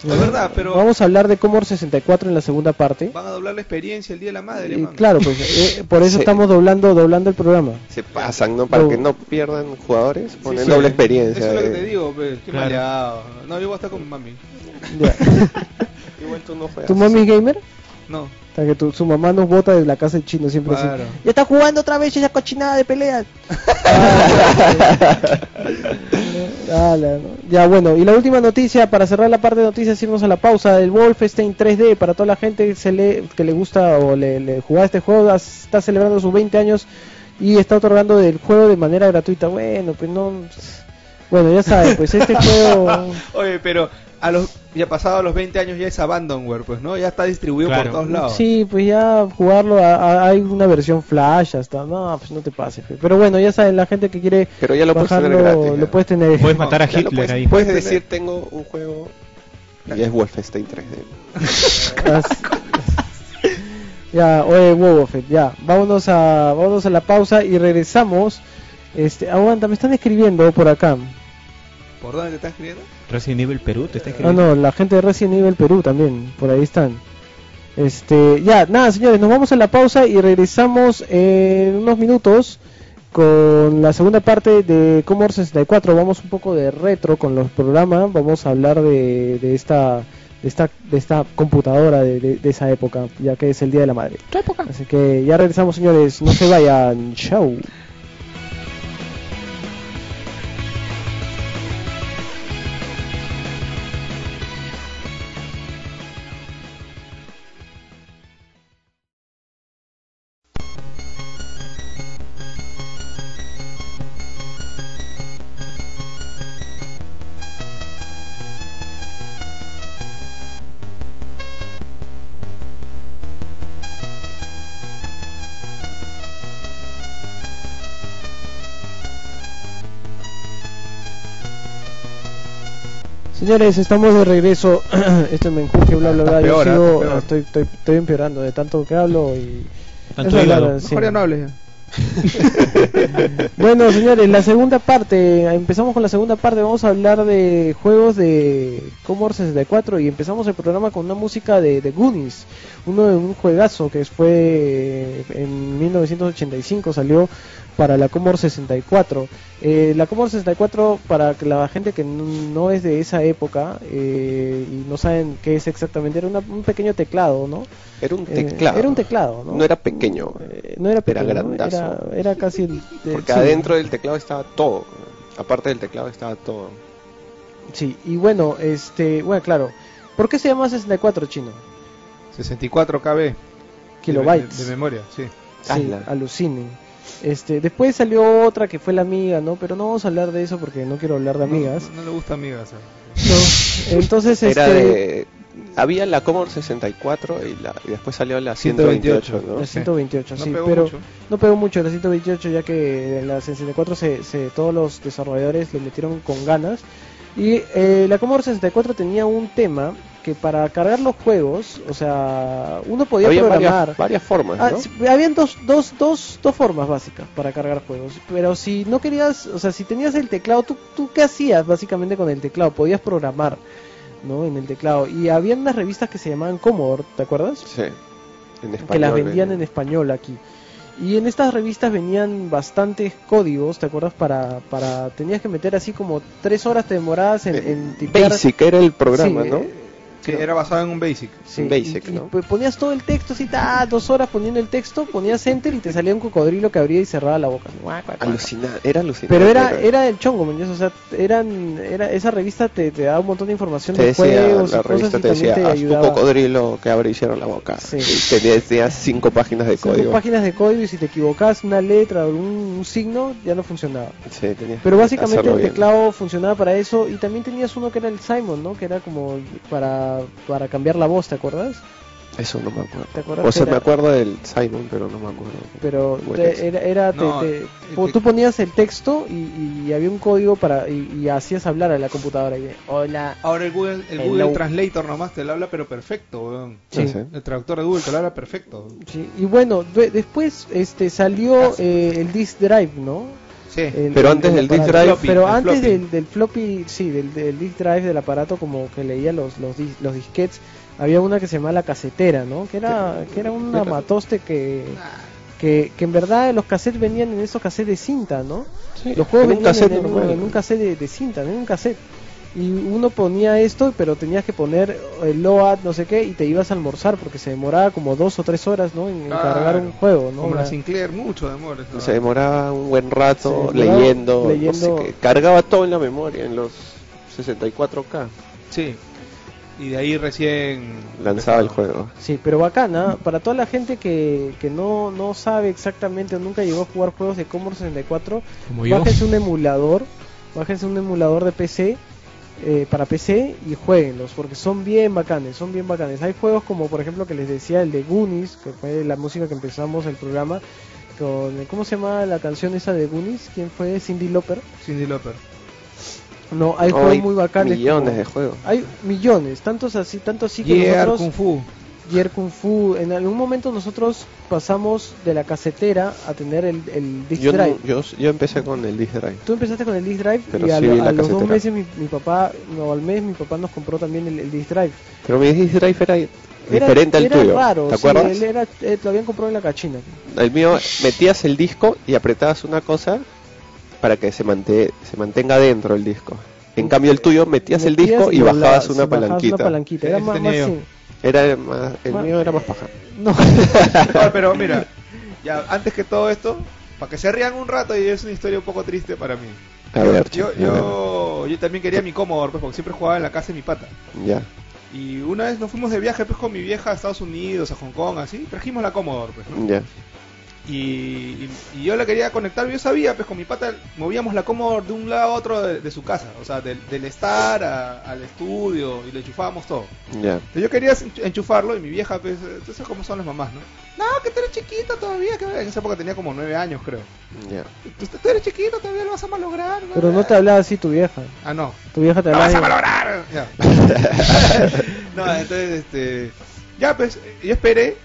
E: La verdad, pero
B: Vamos a hablar de Comor 64 en la segunda parte.
E: van a doblar la experiencia el Día de la Madre,
B: Y
E: mano.
B: claro, pues eh, por eso
F: Sí.
B: estamos doblando doblando el programa.
F: Se pasan, ¿no? Para
B: No.
F: que no pierdan jugadores,
E: Sí,
F: ponen
E: sí.
F: doble experiencia.
E: Eso es lo que
F: eh.
E: te digo, pues, qué
G: Claro.
E: maleado. No, yo voy a estar con mi mami.
B: Ya.
F: Igual tú no juegas.
B: ¿Tu mami es gamer?
E: No,
B: sea, que tu- su mamá nos bota de la casa del chino siempre
H: Claro.
B: así. Ya está jugando otra vez esa cochinada de peleas. Ala, ¿no? Ya bueno, y la última noticia, para cerrar la parte de noticias, irnos a la pausa del Wolfenstein 3D, para toda la gente que, se le, que le gusta o le, le jugaba este juego, as- está celebrando sus 20 años y está otorgando del juego de manera gratuita. Bueno, pues no... Bueno, ya saben, pues este juego...
H: Oye, pero a los ya pasado a los 20 años ya es abandonware, pues, ¿no? Ya está distribuido
G: Claro.
H: por todos lados.
B: Sí, pues ya jugarlo, a- a- hay una versión flash hasta, no, pues no te pases. pe. Pero bueno, ya saben, la gente que quiere
F: Pero ya lo puedes tener
B: bajarlo,
F: gratis,
B: lo
F: ya.
B: puedes tener.
G: Puedes matar a
F: Ya lo
G: Hitler
F: puedes,
G: ahí.
F: puedes decir, tengo un juego. Y es Wolfenstein 3D.
B: As- ya, oye, Wobofet, ya, vámonos a, vámonos a la pausa y regresamos. Este, aguanta, me están escribiendo por acá.
H: ¿Por dónde te estás escribiendo?
G: Resident Evil Perú,
E: Eh,
G: te está
B: No,
G: escribiendo.
B: Ah, no, la gente de Resident Evil Perú también, por ahí están. Este, ya, nada, señores, nos vamos a la pausa y regresamos en unos minutos con la segunda parte de Comor 64. Vamos un poco de retro con los programas, vamos a hablar de, de esta de esta de esta computadora de, de- de esa época, ya que es el Día de la Madre. Así que ya regresamos, señores, no se vayan. Chau. Señores, estamos de regreso. Este me enjuje, bla, bla, bla. Yo
H: Peor, ¿eh?
B: sigo-
H: Peor.
B: estoy, estoy, estoy empeorando de tanto que hablo y...
G: Tanto
B: Eso es
G: hígado.
B: verdad, sí.
H: Mejor ya no hables. ya.
B: Bueno, señores, la segunda parte. Empezamos con la segunda parte. Vamos a hablar de juegos de Commodore 64 y empezamos el programa con una música de, de Goonies. Uno de un juegazo que fue en 1985 salió para la Commodore 64. Eh, la Commodore 64 para que la gente que no, no es de esa época eh, y no saben qué es exactamente era una- un pequeño teclado, ¿no?
F: Era un
B: Eh,
F: teclado.
B: era un teclado, ¿no?
F: No era pequeño.
B: Eh, no era pequeño, ¿no?
F: grandazo.
B: Era, era casi el- el-
F: Porque
B: sí.
F: adentro del teclado estaba todo. Aparte del teclado estaba todo.
B: Sí, y bueno, este, bueno, claro. ¿Por qué se llama 64 chino?
H: 64 KB.
B: Kilobytes.
H: De, de memoria, sí.
B: sí,
F: Ala.
B: alucinen. Este, después salió otra que fue la amiga, ¿no? Pero no vamos a hablar de eso porque no quiero hablar de amigas.
H: No, no le gusta amigas. ¿eh?
B: No. Entonces,
F: Era
B: este,
F: de. Había la Commodore 64 y, la, y después salió la 128,
B: la
F: ¿no?
B: 128,
H: No
B: sí,
H: pegó
B: pero
H: mucho.
B: no pegó mucho la 128 ya que en la 64 se, se- todos los desarrolladores le metieron con ganas. Y eh, la Commodore 64 tenía un tema que para cargar los juegos, o sea, uno podía
F: Había
B: programar.
F: varias, varias formas,
B: Ah,
F: ¿no?
B: sí, habían dos, dos, dos, dos formas básicas para cargar juegos. Pero si no querías, o sea, si tenías el teclado, ¿tú, tú qué hacías básicamente con el teclado? Podías programar, ¿no? En el teclado. Y había unas revistas que se llamaban Commodore, ¿te acuerdas?
F: Sí. En español. eh.
B: que las vendían
F: ¿no?
B: en español aquí. Y en estas revistas venían bastantes códigos, ¿te acuerdas? Para, para tenías que meter así como tres horas te demorabas en, este, en tipear-
F: eh, Basic era el programa,
B: Sí,
F: ¿no?
B: eh,
H: Sí, era basado en un basic.
B: Sí,
F: Un basic,
B: y- y
F: ¿no?
B: pues ponías todo el texto así, ta, dos horas poniendo el texto, ponías enter y te salía un cocodrilo que abría y cerraba la boca. Guac, guac, guac.
F: Alucina- era alucinante.
B: Pero era era el chongo, man, o sea, eran, era, esa revista te, te daba un montón de información
F: Te
B: de
F: decía,
B: juegos
F: la
B: y cosas
F: revista
B: y
F: te
B: también
F: decía,
B: te
F: haz tu
B: ayudaba.
F: cocodrilo que ahora hicieron la boca.
B: Sí.
F: Y te decía cinco páginas de
B: Cinco
F: código.
B: páginas de código y si te equivocabas una letra o un, un signo ya no funcionaba.
F: Sí, tenías
B: Pero
F: que
B: básicamente
F: hacerlo
B: el
F: bien.
B: teclado funcionaba para eso y también tenías uno que era el Simon, ¿no? Que era como para, para cambiar la voz, ¿te acuerdas?
F: Eso no me acuerdo.
B: ¿Te acuerdas
F: O sea,
B: que
F: me
B: era-
F: acuerdo del Simon, pero no me acuerdo.
B: pero
F: Bueno,
B: te-
F: eso.
B: era, era- te-
H: No,
B: te-
H: el
B: po-
H: que-
B: tú ponías el texto y, y había un código para y, y hacías hablar a la computadora y de, hola
H: Ahora el Google, el
B: Hello.
H: Google Translator nomás te lo habla, pero perfecto, weón.
B: Sí.
F: No sé.
H: El traductor de Google te lo habla perfecto.
B: Sí, y bueno de- después este salió eh, el disk drive no
H: Sí.
B: El-
F: Pero antes del disk
B: aparato.
F: drive-
H: Floppy,
B: pero
H: el
B: antes
H: floppy.
B: del, del floppy sí del, del disk drive del aparato como que leía los los, dis- los disquets había una que se llamaba la casetera no que era que era un matoste que
H: Ah.
B: que, que en verdad los cassettes venían en esos cassettes de cinta, ¿no?
F: Sí,
B: los juegos venían
F: en un
B: en-
F: cassette
B: en, un-
F: normal.
B: en un cassette de, de cinta, no en un cassette. y uno ponía esto, pero tenías que poner el load, no sé qué, y te ibas a almorzar porque se demoraba como dos o tres horas, ¿no? En
E: Claro.
B: cargar un juego, ¿no?
E: Como la
B: Una-
E: Sinclair, mucho de amor. esa
F: Se demoraba un buen rato
B: Se demoraba
F: leyendo, no
B: leyendo-
F: sé qué. cargaba todo en la memoria, en los 64K,
E: Sí. Y de ahí recién
F: lanzaba el
E: empezaba.
F: juego.
B: Sí, pero bacana, ¿ah? para toda la gente que, que no, no sabe exactamente o nunca llegó a jugar juegos de Commodore 64,
G: Como yo.
B: bájense un emulador, bájense un emulador de PC, eh, para PC y jueguenlos, porque son bien bacanes, son bien bacanes. Hay juegos como por ejemplo que les decía el de Goonies, que fue la música que empezamos el programa, con, ¿cómo se llama la canción esa de Goonies? ¿Quién fue? Cindy Loper.
E: Cindy Loper.
B: No, hay
F: Hoy,
B: juegos muy bacanes.
F: Millones
B: como-
F: de juegos.
B: Hay millones, tantos así, tantos así que
E: Gear
B: nosotros...
E: Kung Fu.
B: Yer Kung Fu. En algún momento nosotros pasamos de la casetera a tener el, el disc
F: Yo, no-
B: drive.
F: yo, yo empecé con el disc drive.
B: Tú empezaste con el disc drive
F: Pero
B: y a,
F: sí
B: lo-
F: vi la
B: a los dos
F: casetera.
B: meses mi, mi papá, no, al mes mi papá nos compró también el, el disc drive.
F: Pero mi disc drive era,
B: Era-
F: diferente al
B: era
F: tuyo.
B: raro,
F: ¿Te
B: sí,
F: acuerdas?
B: él era, eh, lo habían comprado en la cachina.
F: El mío, metías el disco y apretabas una cosa para que se, mante- se mantenga dentro el disco. En cambio, el tuyo metías el
B: Mm. Metías
F: disco y
B: la-
F: bajabas
B: sí,
F: una palanquita.
B: una palanquita, era
E: Ese
B: más,
E: tenía
B: más
E: yo.
B: sim-
F: Era más, el
B: Ma-
F: mío era más paja.
B: No,
E: No, Ah, pero mira, ya antes que todo esto, para que se rían un rato y es una historia un poco triste para mí.
F: A ver,
E: Yo,
F: che, a
E: yo, yo también quería mi Commodore, pues, porque siempre jugaba en la casa de mi pata.
F: ver. Ya.
E: Y una vez nos fuimos de viaje pues con mi vieja a Estados Unidos, a Hong Kong, así, trajimos la Commodore, pues, ¿no?
F: Ya.
E: Y, y- y yo la quería conectar, yo sabía, pues con mi pata movíamos la Commodore de un lado a otro de, de su casa, o sea, del, del estar a- al estudio y le enchufábamos todo.
F: Ya.
E: Entonces yo quería enchu- enchufarlo y mi vieja, pues, entonces como son las mamás, ¿no? No, que tú eres chiquita todavía, que en esa época tenía como nueve años, creo.
F: Ya.
E: Tú, tú eres chiquito, todavía lo vas a malograr. ¿no?
B: pero no te hablaba así tu vieja.
E: Ah, no,
B: Tu vieja te
E: ¡Lo vas a
B: hablaba.
E: malograr! Ya. no, entonces, este. Ya, pues, yo esperé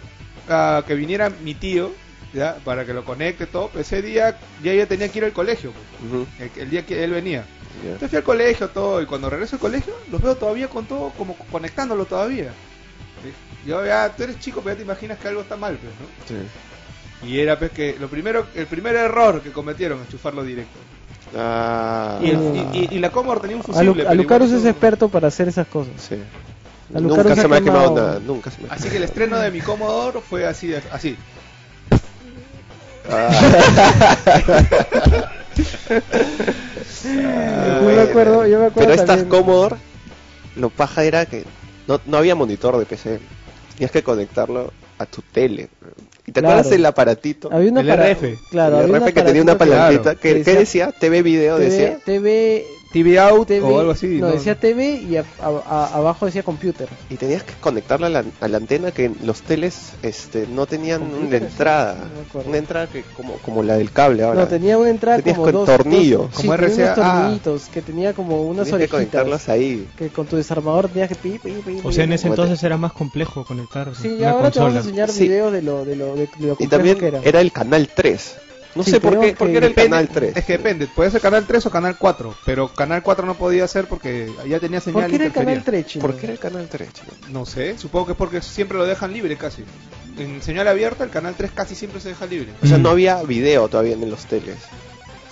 E: a que viniera mi tío, ya, para que lo conecte todo. Pues, ese día ya yo tenía que ir al colegio, pues,
F: Ujú.
E: el, el día que él venía.
F: Ya.
E: Entonces fui al colegio, todo, y cuando regreso al colegio, los veo todavía con todo, como conectándolo todavía. Y Yo ya, tú eres chico, pero ya te imaginas que algo está mal, pues, ¿no?
F: Sí.
E: Y era, pues, que lo primero, el primer error que cometieron, enchufarlo directo.
F: Ah.
E: Y, el- y- y- y la Commodore tenía un
B: A
E: fusible.
B: Lu-
E: pero
B: a Lucarus
E: igual
B: es
E: eso-
B: experto para hacer esas cosas.
F: Sí.
B: A Lucarus
F: Nunca
B: se
F: se
B: ha
F: me ha quemado
B: quemado.
F: nada. Nunca se me ha
E: Así que el estreno de mi Commodore fue así, de- así.
B: yo me acuerdo, yo me acuerdo
F: Ah, Pero estas
B: también-
F: Commodore, lo paja era que no, no había monitor de PC. Tenías que conectarlo a tu tele. ¿Y te
B: Claro.
F: acuerdas el aparatito?
B: Había una
E: El
B: para-
E: RF.
B: Claro,
F: el
B: había
F: RF que
B: aparatito
F: tenía una palanquita.
E: Claro.
F: que,
B: decía-
F: ¿Qué decía? TV Video
B: TV,
F: decía.
B: TV,
E: TV Out
B: TV,
E: o algo así.
B: No, decía TV y a- a- a- abajo decía computer.
F: Y tenías que conectarla a la, a la antena que los teles este, no tenían una
B: Computers,
F: entrada.
B: no me acuerdo.
F: una entrada que como, como la del cable ahora.
B: No, tenía una entrada
F: Tenías
B: como
F: con
B: dos
F: tornillo.
B: dos- sí,
E: Como
B: tenía
E: RCA.
B: unos tornillitos que tenía como unas
F: Tenías que
B: orejitas
F: conectarlas ahí.
B: que con tu desarmador tenías que pi, pi, pi,
G: O sea, en
B: pi.
G: ese
F: Como te-
G: entonces era más complejo conectar
B: Sí, y
G: una
B: ahora te vamos a
G: consola.
B: enseñar
F: Sí.
B: videos de lo de lo de, de lo
F: Y
B: complejo
F: también
B: que
F: era.
B: era.
F: el canal 3. No
B: Sí,
F: sé por
B: creo
F: qué, por
B: que
F: qué era el
E: depende-
F: canal 3.
E: Es que depende, puede ser Canal 3 o Canal 4, pero Canal 4 no podía ser porque ya tenía señal
B: ¿Por qué era el
E: interferida.
B: canal 3, chino?
F: ¿Por qué era el canal 3, chico?
E: No sé, supongo que es porque siempre lo dejan libre casi. En señal abierta el Canal 3 casi siempre se deja libre.
F: O sea,
G: Mm.
F: no había video todavía en los teles.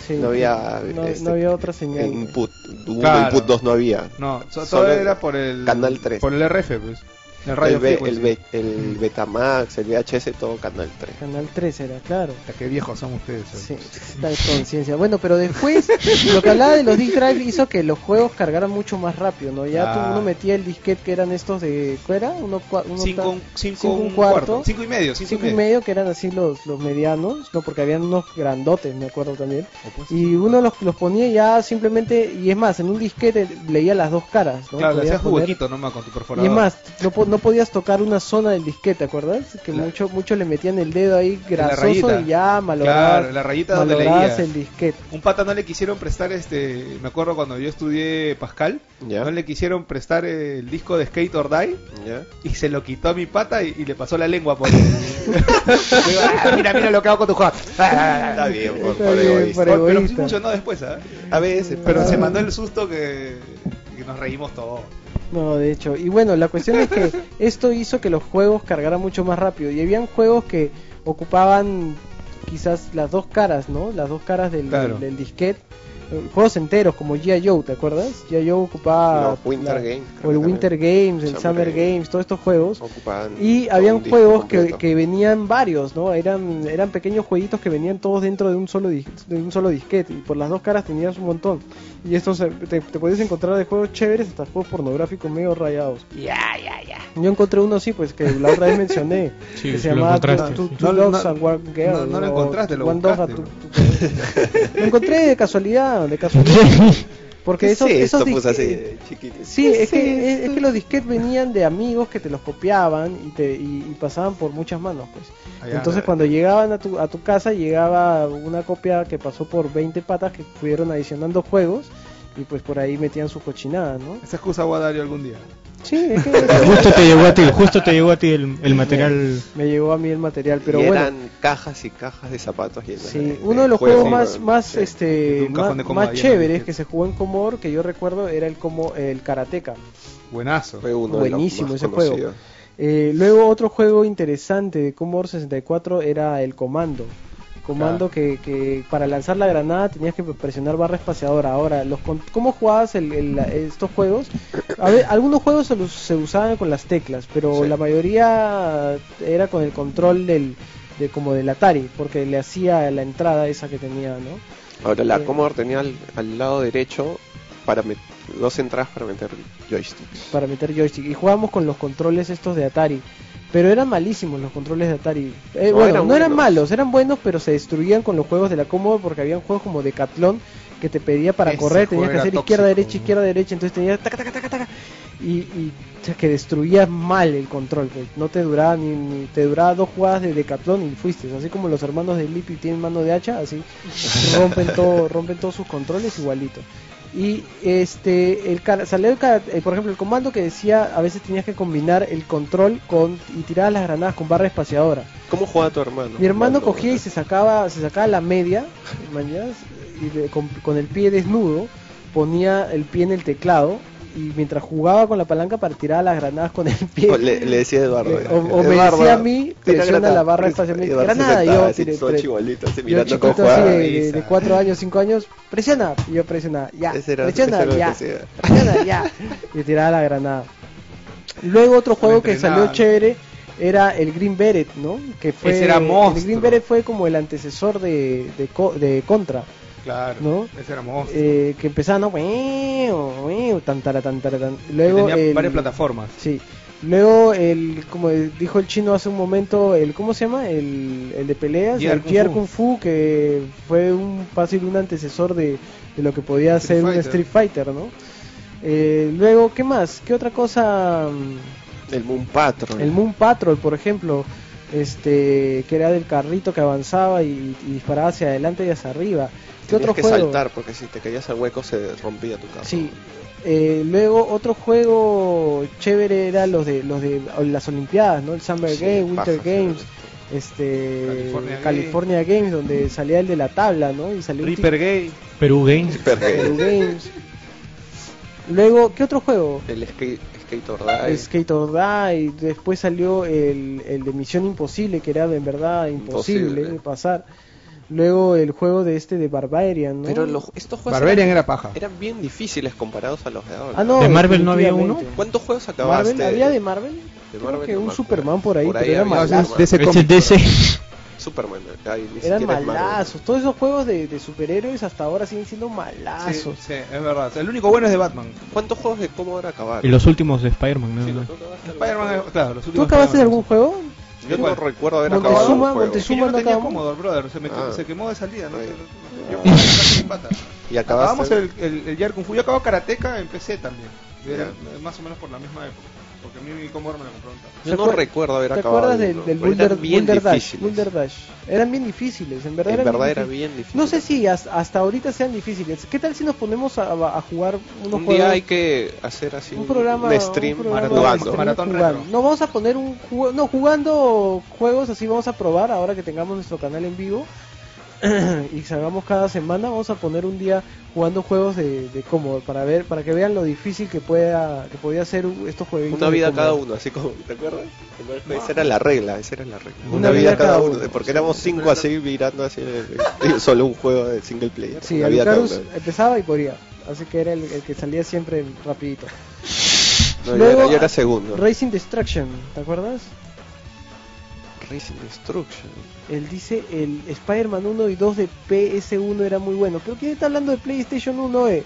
B: Sí,
F: no había.
B: no,
F: este,
B: no había otra señal.
F: Input 1,
E: Claro.
F: input 2 no había.
E: No, so-
F: Solo
E: todo
F: el
E: era por el
F: Canal 3.
E: Por el RF, pues. El
F: El,
E: radio
F: B- el,
E: frequency.
F: B- el Betamax, el VHS, todo canal 3.
B: Canal 3 era, claro.
E: Puta, Qué viejos son ustedes. ¿eh?
B: Sí, está de conciencia. Bueno, pero después lo que hablaba de los disc drive hizo que los juegos cargaran mucho más rápido, ¿no? Ya tú,
E: Ah.
B: uno metía el disquete que eran estos de ¿cuál era? Uno, cua- uno ta-
E: Cinco, cinco,
B: cinco
E: un cuarto. Cinco y medio, cinco,
B: cinco y medio que eran así los, los medianos, no porque habían unos grandotes, me acuerdo también.
E: Oh, pues,
B: Y uno los, los ponía ya simplemente y es más, en un disquete leía las dos caras, ¿no?
E: Claro, le
B: Podías
E: hacías
B: poner-
E: huequito nomás con tu
B: y
E: perforador.
B: es más, no, po- no podías tocar una zona del disquete, ¿te acuerdas? Que
E: Claro.
B: mucho mucho le metían el dedo ahí grasoso
E: rayita.
B: y ya malograbas,
E: Claro, la rayita donde
B: malograbas
E: leías.
B: el disquete.
E: Un pata no le quisieron prestar este. Me acuerdo cuando yo estudié Pascal.
F: Ya.
E: No le quisieron prestar el disco de Skate or Die.
F: ¿Ya?
E: Y se lo quitó a mi pata y, y le pasó la lengua por. Digo, "Ah, mira, mira lo que hago con tu juego.
F: Está bien, por,
B: Está
F: por
B: bien,
F: egoísta.
B: por
E: Pero, pero sí
B: egoísta.
E: funcionó después, ¿ah?
F: A veces,
E: Pero se mandó el susto que, que nos reímos todos.
B: No, de hecho. Y bueno, la cuestión es que esto hizo que los juegos cargaran mucho más rápido. Y habían juegos que ocupaban quizás las dos caras, ¿no? Las dos caras del,
E: Claro.
B: del disquete. eh, juegos enteros como G.I. Joe, ¿te acuerdas? G.I. Joe ocupaba...
F: Los Winter
B: la-
F: Games, creo
B: O el
F: que
B: Winter Games, el
F: Summer
B: Summer
F: Games.
B: Games, todos estos juegos.
F: Ocupaban
B: Y
F: todo
B: habían
F: un disco
B: juegos que,
F: completo.
B: que venían varios, ¿no? Eran, eran pequeños jueguitos que venían todos dentro de un solo dis- de un solo disquete y por las dos caras tenías un montón. Y estos eh, te, te podías encontrar de juegos chéveres hasta juegos pornográficos medio rayados. Ya, ya, ya. Yo encontré uno así, pues que la otra vez mencioné,
G: Sí,
B: que se
G: lo
B: llamaba
G: encontraste,
B: Two,
G: sí.
B: Two
E: No, no,
B: Dogs and One Girl.
E: no, no lo
B: o
E: encontraste, lo
B: One Dog and
E: buscaste.
B: Two- Two- Lo encontré de casualidad, de casualidad. Porque
F: ¿Qué
B: esos,
F: es esto?
B: esos
F: Pues
B: disque-
F: así, de chiquito.
B: Sí, es que, es, es que los disquetes venían de amigos que te los copiaban y, te, y, y pasaban por muchas manos, pues.
E: Allá,
B: Entonces
E: eh,
B: cuando llegaban a tu, a tu casa llegaba una copia que pasó por 20 patas que fueron adicionando juegos y pues por ahí metían su cochinada, ¿no?
E: Esa excusa voy a dar yo algún día.
B: Sí, es que
G: Justo te llegó a ti, justo te llegó a ti el, el material.
B: me llegó a mí el material, pero
F: y
B: bueno.
F: eran cajas y cajas de zapatos llenas
B: Sí,
F: de-
B: uno de los
F: juegos,
B: juegos más,
F: ¿no?
B: más
F: Sí.
B: este
E: de un cajón
B: más,
E: de
B: más
E: Commodore lleno de
B: chéveres
E: disquetes.
B: que se jugó en Comor que yo recuerdo era el como el Karateka.
E: Buenazo.
F: Fue uno de los
B: buenísimo
F: más
B: ese juego.
F: conocidos.
B: Eh, luego otro juego interesante de Commodore 64 era el comando. Comando
F: Ah.
B: que, que para lanzar la granada tenías que presionar barra espaciadora. Ahora, los con- ¿cómo jugabas el- el- estos juegos? A ver, algunos juegos se, los- se usaban con las teclas, pero
F: Sí.
B: la mayoría era con el control del, de, como del Atari, porque le hacía la entrada esa que tenía, ¿no?
F: Ahora la
B: Eh.
F: Commodore tenía al, al lado derecho para met- dos entradas para meter joysticks.
B: para meter joystick y jugábamos con los controles estos de Atari. Pero eran malísimos los controles de Atari. Eh,
F: No,
B: bueno,
F: eran
B: no eran
F: buenos.
B: malos, eran buenos, pero se destruían con los juegos de la Commodore porque habían juegos como Decathlon que te pedía para
E: Ese
B: correr,
E: juego
B: tenías que
E: era
B: hacer izquierda,
E: tóxico,
B: derecha,
E: ¿no?
B: izquierda, derecha, entonces tenías taca, taca, taca, taca, y, y o sea, que destruías mal el control, pues. no te duraba ni, ni- te duraba dos jugadas de Decathlon y fuiste, así como los hermanos de Lippy tienen mano de hacha, así rompen todo, rompen todos sus controles igualito. Y este, el cara- salió el cara- eh, por ejemplo, el comando que decía a veces tenías que combinar el control con y tirar las granadas con barra espaciadora.
F: ¿Cómo jugaba tu hermano?
B: Mi hermano
F: Cuando-
B: cogía y se sacaba, se sacaba la media, mañas, y de- con, con el pie desnudo ponía el pie en el teclado y mientras jugaba con la palanca para tirar las granadas con el pie.
F: O le, le decía a Eduardo.
B: Eh, o-
F: Eduardo,
B: o me decía a mí,
F: tira
B: presiona
F: granada.
B: la barra espacial.
F: Eduardo se
B: Granada,
F: sentaba
B: yo
F: así,
B: tiré
F: todo
B: tres.
F: chibolito, así
B: Yo
F: mirando cómo
B: chiquito así
F: jugaba.
B: de, de 4 años, 5 años, presiona. Y yo presionaba, ya,
F: Ese era-
B: presiona,
F: ese era lo
B: ya,
F: que hacía.
B: presiona, ya. Y tiraba la granada. Luego otro juego que salió
E: entrenaban.
B: chévere era el Green Beret, ¿no? Que fue,
E: Ese era
B: el
E: monstruo.
B: Green Beret fue como el antecesor de, de, Co- de Contra.
E: Claro.
B: ¿No?
E: Ese era monstruo.
B: eh, que empezaba, ¿no? Weo, weo, tan, tara, tan, tara, tan. Luego
E: tenía
B: el-
E: varias plataformas.
B: Sí. Luego el, como dijo el chino hace un momento, el ¿cómo se llama? El, el de peleas,
E: Gear
B: el
E: Kung
B: Gear
E: Fu.
B: Kung Fu, que fue un fácil un antecesor de, de lo que podía
E: Street
B: ser un
E: Fighter.
B: Street Fighter, ¿no? Eh, luego, ¿qué más? ¿Qué otra cosa?
F: El Moon Patrol.
B: El Moon Patrol, por ejemplo, este, que era del carrito que avanzaba y, y disparaba hacia adelante y hacia arriba. ¿Qué
F: Tenías
B: otro
F: que
B: juego?
F: saltar porque si te caías al hueco se rompía tu carro.
B: Sí. Eh, luego otro juego chévere era los de los de las Olimpiadas, ¿no? El Summer
F: Sí,
B: Games, Winter
F: paja,
B: Games,
F: sí.
B: este California,
E: California
B: Games, donde salía el de la tabla, ¿no? Y salió un
E: Reaper Gay.
G: Perú Games.
B: tipo
F: Porque
B: de Games. Luego, ¿qué otro juego?
F: el skate, skater eh. dive,
B: Skate or Die, después salió el, el de Misión Imposible, que era en verdad imposible,
F: Imposible.
B: de pasar. Luego el juego de este de Barbarian, ¿no?
F: Pero los- estos juegos
E: Barbarian
F: eran,
E: era paja.
F: eran bien difíciles comparados a los de ahora.
B: Ah, no,
G: ¿De Marvel no había
B: definitivamente.
F: ¿Cuántos juegos acabaste?
B: Marvel, ¿Había de Marvel?
F: De
B: Creo
F: Marvel
B: que
F: no
B: un
F: me acuerdo.
B: Superman por ahí,
F: Por ahí
B: pero era
F: había
E: Ah,
F: Marvel.
B: malazo.
E: es de ese
G: Este
E: cómic.
G: DC.
F: Superman. ahí
B: Eran
F: ni siquiera es Marvel.
B: malazos. Todos esos juegos de, de superhéroes hasta ahora siguen siendo
E: Sí,
B: malazos.
E: sí, es verdad. El único bueno es de Batman.
F: ¿Cuántos juegos de Commodore acabaron?
G: Y los últimos de Spider-Man, nada
F: Sí,
G: más.
F: los acabaste algunos
E: Spider-Man,
F: juegos.
E: es- claro, los
B: ¿Tú
E: últimos
B: acabaste de
E: Spider-Man.
B: algún juego?
F: Yo no
E: ¿Cuál?
F: recuerdo haber
B: Montezuma,
F: acabado un juego.
B: Montezuma.
E: Que yo no
B: ¿Cuándo
E: tenía
B: acabamos?
E: Commodore, brother. Se, me,
F: Ah.
E: se quemó de salida. ¿no?
F: Ahí. Ah,
E: Yo jugué casi en pata.
F: Y
E: Acabamos
F: acabaste.
E: el, el, el Yar Kung Fu. Yo acababa Karateka en PC también. Era más o menos por la misma época. Porque a mí mi Commodore me lo compró.
F: Yo no
B: ¿Te acuer-
F: recuerdo haber
B: ¿Te
F: acabado.
B: acuerdas del,
F: alguno,
B: del
F: pero
B: Boulder,
F: eran bien
B: Boulder Dash,
F: difíciles.
B: Boulder Dash? Eran bien difíciles, en verdad,
F: En
B: eran
F: verdad era
B: difíciles.
F: bien difícil.
B: No sé si hasta, hasta ahorita sean difíciles. ¿Qué tal si nos ponemos a, a jugar unos
F: Un día
B: juegos?
F: hay que hacer así
B: un programa,
F: un stream
B: un programa
F: jugando.
B: stream
E: Maratón
B: jugando.
E: retro.
B: No vamos a poner un juego, no jugando juegos así vamos a probar ahora que tengamos nuestro canal en vivo. y salgamos cada semana, vamos a poner un día jugando juegos de, de cómodo para ver, para que vean lo difícil que pueda, que podía ser un- estos jueguitos.
F: Una
B: de
F: vida
B: cómodo.
F: cada uno, así como, ¿te acuerdas? Esa era la regla, esa era la regla.
B: Una vida cada uno.
F: porque éramos cinco así mirando así, eh, solo un juego de single player.
B: Sí, eh,
F: una vida cada
B: Alucarus
F: uno.
B: empezaba y podía, así que era el, el que salía siempre rapidito.
F: No, yo,
B: Luego,
F: era, yo era segundo.
B: Racing Destruction, ¿te acuerdas?
F: Racing Destruction.
B: Él dice el Spider-Man 1 y 2 de PS1 era muy bueno. ¿Pero quién está hablando de PlayStation 1, eh?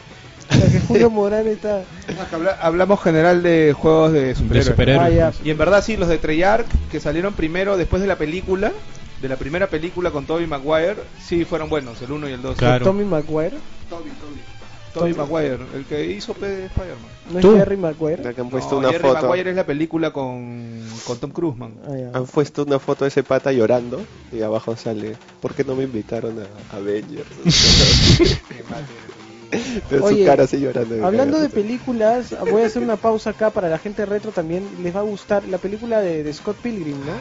B: O sea, que Julio Morán está...
E: Ah, que habla- hablamos general de juegos de superhéroes.
G: superhéroes.
B: Ah, ya.
E: Y en verdad sí, los de Treyarch, que salieron primero después de la película, de la primera película con Tobey Maguire, sí fueron buenos, el 1 y el 2.
G: Claro.
B: Tommy Maguire.
E: Tobey, Tobey. Tobey Maguire, el que hizo P de Spider-Man.
B: ¿No
G: Tú.
B: es Jerry Maguire?
F: Ya que han puesto
E: No,
F: una
E: Jerry
F: foto.
E: Maguire es la película con, con Tom Cruise, man.
B: Ah, ya.
F: Han puesto una foto de ese pata llorando y abajo sale, ¿por qué no me invitaron a Avengers? de su
B: Oye,
F: cara así llorando.
B: Hablando de películas, voy a hacer una pausa acá para la gente retro también. Les va a gustar la película de, de Scott Pilgrim, ¿no?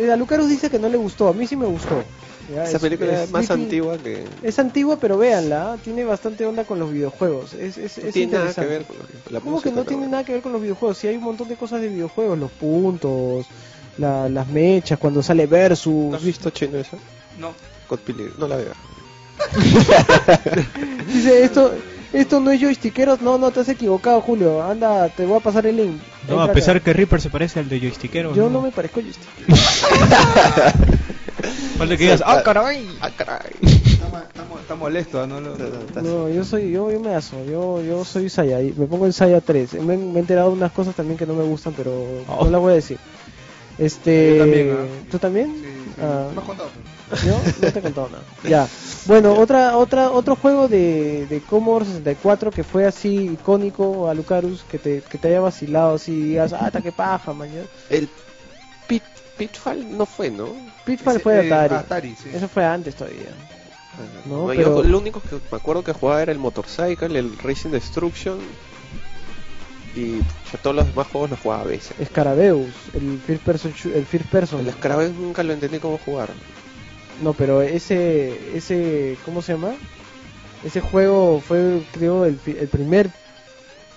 B: Eh, a Lucarus dice que no le gustó, a mí sí me gustó. Ya,
F: Esa
B: es-
F: película es más
B: Sleeping-
F: antigua que...
B: Es antigua, pero véanla. ¿ah? Tiene bastante onda con los videojuegos. Es, es,
F: No
B: es
F: tiene nada que
B: interesante.
F: ver con lo que- la
B: ¿Cómo
F: música,
B: que no
F: pero
B: tiene
F: bueno.
B: nada que ver con los videojuegos? Si hay un montón de cosas de videojuegos, los puntos, la- las mechas, cuando sale
F: ¿Has
B: Versus.
F: visto chino eso?
E: No.
F: Scott Pilgrim, no la veo.
B: Dice, esto esto no es joystickeros. No, no, te has equivocado, Julio. Anda, te voy a pasar el link.
G: No,
B: Entra
G: a
B: acá.
G: pesar que Reaper se parece al de joystickero.
B: Yo no me parezco joystick.
G: Falta que digas,
B: eh,
G: ¡ah, caray!
F: Ah, caray.
E: Está, ma- está mo- está molesto, ¿ah? no, lo-
F: No, no, estás-
B: No, yo soy, yo, yo me aso. Yo, yo soy Saya. y Me pongo en Saya 3. Me, me he enterado de unas cosas también que no me gustan, pero no las voy a decir. Este,
E: Yo también, ¿ah?
B: ¿Tú también?
E: Sí, sí.
B: Ah.
E: Me has contado, pues.
B: Yo no te he contado nada. Ya. Bueno, otra, otra, otro juego de, de Commodore 64 que fue así icónico, Alucarus, que te, que te haya vacilado así, y digas, ah, ta, qué paja, mañana.
F: El Pit, Pitfall no fue, ¿no?
B: Pitfall
E: Ese,
B: fue de
E: eh,
B: Atari.
E: Atari, sí.
B: Eso fue antes todavía. No,
F: No,
B: pero-
F: yo lo único que me acuerdo que jugaba era el Motorcycle, el Racing Destruction y ya todos los demás juegos los jugaba a veces.
B: Scarabeus, el first person, shoo- el first person.
F: El Scrabble nunca lo entendí cómo jugar.
B: No, pero ese, ese, ¿cómo se llama? Ese juego fue, creo, el, fi- el primer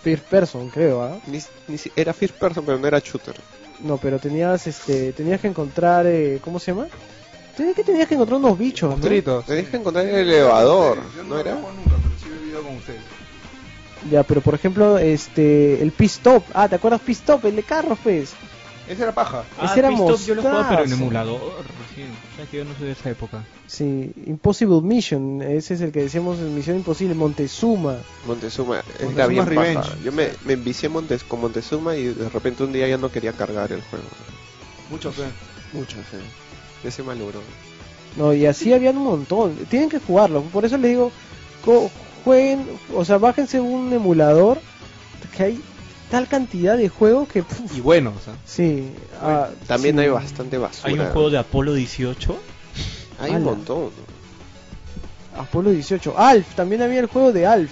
B: first person, creo, ¿ah?
F: Ni, ni si- era first person, pero no era shooter.
B: No, pero tenías, este, tenías que encontrar, eh, ¿cómo se llama? Tenías que tenías que encontrar unos bichos, ¿no?
E: Monstruitos.
F: Tenías que encontrar el elevador,
E: Yo
F: ¿no era?
E: lo hago nunca, pero sí he vivido con ustedes.
B: Ya, pero por ejemplo, este, el Pistop. Ah, ¿te acuerdas Pistop? El de carros, pues.
E: Esa era paja.
B: Ese era
G: Ah, Pistop yo lo jugaba, pero en
B: mostazo.
G: emulador recién. O
B: eh,
G: sea, que yo no soy de esa época.
B: Sí, Impossible Mission. Ese es el que decíamos en Misión Imposible. Montezuma.
F: Montezuma,
E: Montezuma
F: era bien
E: Revenge.
F: paja. Yo me, me envicié Montes, con Montezuma y de repente un día ya no quería cargar el juego.
E: Mucho fe.
F: Mucho, sí. Ese maluro.
B: No, y así habían un montón. Tienen que jugarlo. Por eso les digo, co- jueguen, o sea, bájense un emulador. Que hay tal cantidad de juegos que. puf,
E: Y bueno, o sea.
B: sí. ah,
F: También
B: sí.
F: hay bastante basura.
G: Hay un juego de Apolo 18.
F: Hay un
B: Ala.
F: montón.
B: Apolo 18. Alf, también había el juego de Alf.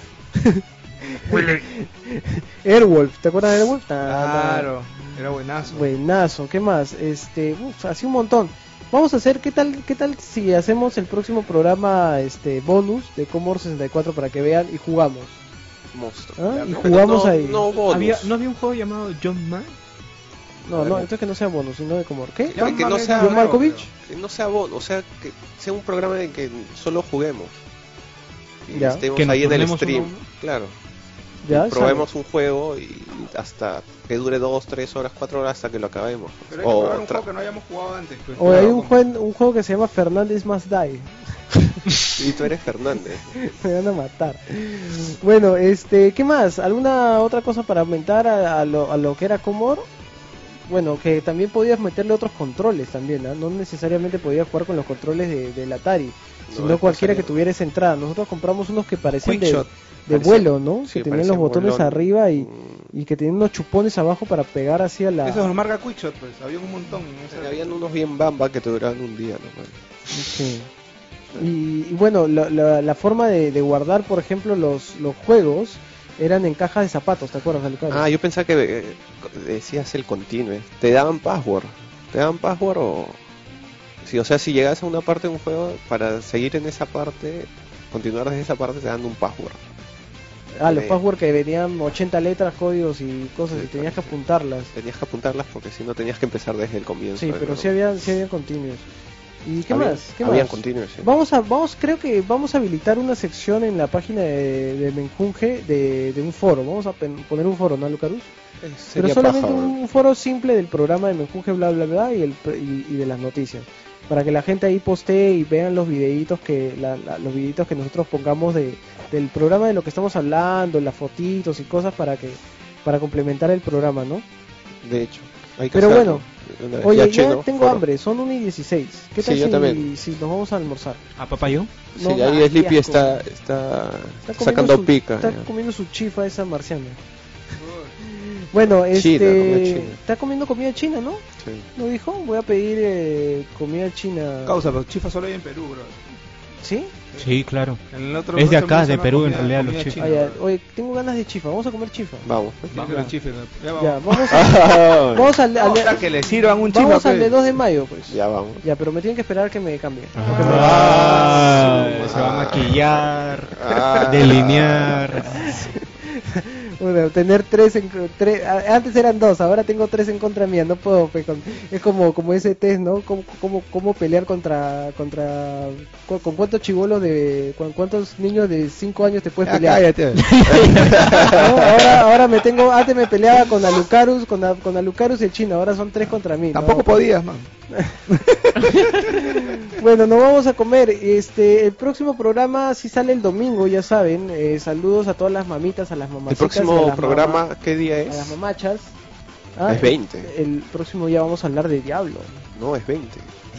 B: Airwolf, ¿te acuerdas de Airwolf? Ah,
E: Claro. Era buenazo.
B: Buenazo, ¿qué más? Este, uf, así un montón. Vamos a hacer, ¿qué tal, qué tal si hacemos el próximo programa este bonus de Comor 64 para que vean y jugamos?
F: Monstruo.
B: Ah, y
F: Pero
B: jugamos
F: no-
B: ahí.
F: No bonus.
G: Había, ¿No había un juego llamado John Man?
B: No, no, entonces que no sea bonus, sino de Comor. ¿Qué?
F: Pero que no
E: Marvel
F: sea
B: ¿John
E: Marvel,
B: Malkovich?
F: Que no sea bono, o sea, que sea un programa en que solo juguemos. Y
B: Ya.
F: estemos
G: Que nos
F: ahí en el
G: turnemos
F: stream.
G: uno a uno.
F: Claro.
B: Ya,
F: Y probemos un juego y hasta que dure 2, 3 horas, 4 horas hasta que lo acabemos.
E: Pero hay que
F: O
E: probar un
F: otra.
E: juego que no hayamos jugado antes. pues.
B: sale. O hay un,
E: Claro,
B: juen- un juego que se llama Fernández Más Die.
F: Y tú eres Fernández.
B: Me van a matar. Bueno, este, ¿qué más? ¿Alguna otra cosa para aumentar a, a lo, a lo que era Comor? Bueno, que también podías meterle otros controles también, ¿ah? No necesariamente podías jugar con los controles de, del Atari,
F: No,
B: sino cualquiera
F: pasaría.
B: que tuviera esa entrada. Nosotros compramos unos que parecían de,
F: Quickshot.
B: de
F: Parecía-
B: vuelo, ¿no?
F: sí,
B: que tenían los
F: parecía
B: botones
F: vuelón.
B: arriba y,
F: Mm.
B: y que tenían unos chupones abajo para pegar hacia la...
E: Esos los marca Quickshot, pues. Había un montón. en esa época.
F: Habían unos bien bamba que te duraban un día, ¿no?
B: Sí. Y, y bueno, la, la- la forma de, de guardar, por ejemplo, los, los juegos eran en cajas de zapatos, ¿te acuerdas, Alucard?
F: Ah, yo pensaba que eh, decías el continuo. Te daban password. Te daban password o. Sí, o sea, si llegas a una parte de un juego, para seguir en esa parte, continuar desde esa parte, te dan un password.
B: Ah, los
F: Eh,
B: password que venían 80 letras, códigos y cosas, y tenías que apuntarlas.
F: Tenías que apuntarlas porque si no tenías que empezar desde el comienzo.
B: Sí,
F: de
B: pero
F: nuevo.
B: sí habían, sí habían continuos. ¿Y qué
F: Habían-
B: más? ¿Qué
F: habían
B: más?
F: continuos, sí.
B: Vamos a, vamos, creo que vamos a habilitar una sección en la página de, de Menjunje de, de un foro. Vamos a pen- poner un foro, ¿no, Lucarus?
F: Eh,
B: Pero
F: sería
B: solamente
F: paja,
B: un, un foro simple del programa de Menjunje, bla, bla, bla, y, el, pr- y, y de las noticias. Para que la gente ahí postee y vean los videitos que, la- la- los videitos que nosotros pongamos de, del programa de lo que estamos hablando, las fotitos y cosas para que para complementar el programa, ¿no?
F: De hecho. Hay que
B: Pero
F: hacerlo. Una vez.
B: Oye,
F: Ya
B: ya
F: cheno,
B: tengo
F: foro.
B: hambre, son 1 y 16. ¿Qué
F: Sí,
B: tal
F: yo
B: si,
F: también.
B: si nos vamos a almorzar?
G: ¿A Papayo?
B: No,
F: sí, ahí
B: ah,
F: Sleepy
B: qué asco.
F: está, está,
B: Está comiendo
F: sacando
B: su-
F: pica.
B: Está
F: ya.
B: comiendo su chifa esa marciana. Bueno, este.
F: comida china.
B: Está comiendo comida china, ¿no?
F: Sí.
B: ¿No dijo? Voy a pedir eh, comida china.
H: Causa, los chifas solo hay en Perú, bro.
B: ¿Sí?
G: Sí, claro.
H: En el otro-
G: Es de
H: no se
G: acá,
H: usa
G: de
H: más
G: Perú, en
H: comida-
G: realidad, los
H: comida
G: chifas.
H: china,
B: Ah, ya.
H: bro.
B: Oye, tengo ganas de chifa. Vamos a comer chifa.
F: Vamos. pues.
H: Quiero que los chifes, bro. Ya vamos.
B: Ya, vamos,
F: Ah,
B: vamos al, al,
H: O sea, que le sirvan un chifa.
B: vamos al
H: pues.
B: de 2 de mayo, pues. Ya.
F: ya vamos.
B: pero me tienen que esperar que me cambie.
G: Ah, se va a maquillar,
B: ah.
G: delinear.
B: Bueno, tener tres, en, tres a- antes eran dos, ahora tengo tres en contra mía, no puedo, pues, con- es como como ese test, ¿no? Como, como, como pelear contra contra con, con cuántos chivolos de con cuántos niños de cinco años te puedes
H: Ya,
B: pelear.
H: Ah, cállate.
B: ¿no? Ahora ahora me tengo, antes me peleaba con Alucarus, con, a- con Alucarus y el chino, ahora son tres contra mí. ¿no?
H: Tampoco podías, man.
B: Bueno, nos vamos a comer. Este, el próximo programa si sale el domingo, ya saben. Eh, saludos a todas las mamitas, a las
F: El
B: mamacitas. y a
F: próximo
B: las
F: programa,
B: mamás-
F: ¿qué día
B: a las
F: es?
B: mamachas. Ah,
F: Es 20.
B: El próximo ya vamos a hablar de Diablo.
F: No, es 20.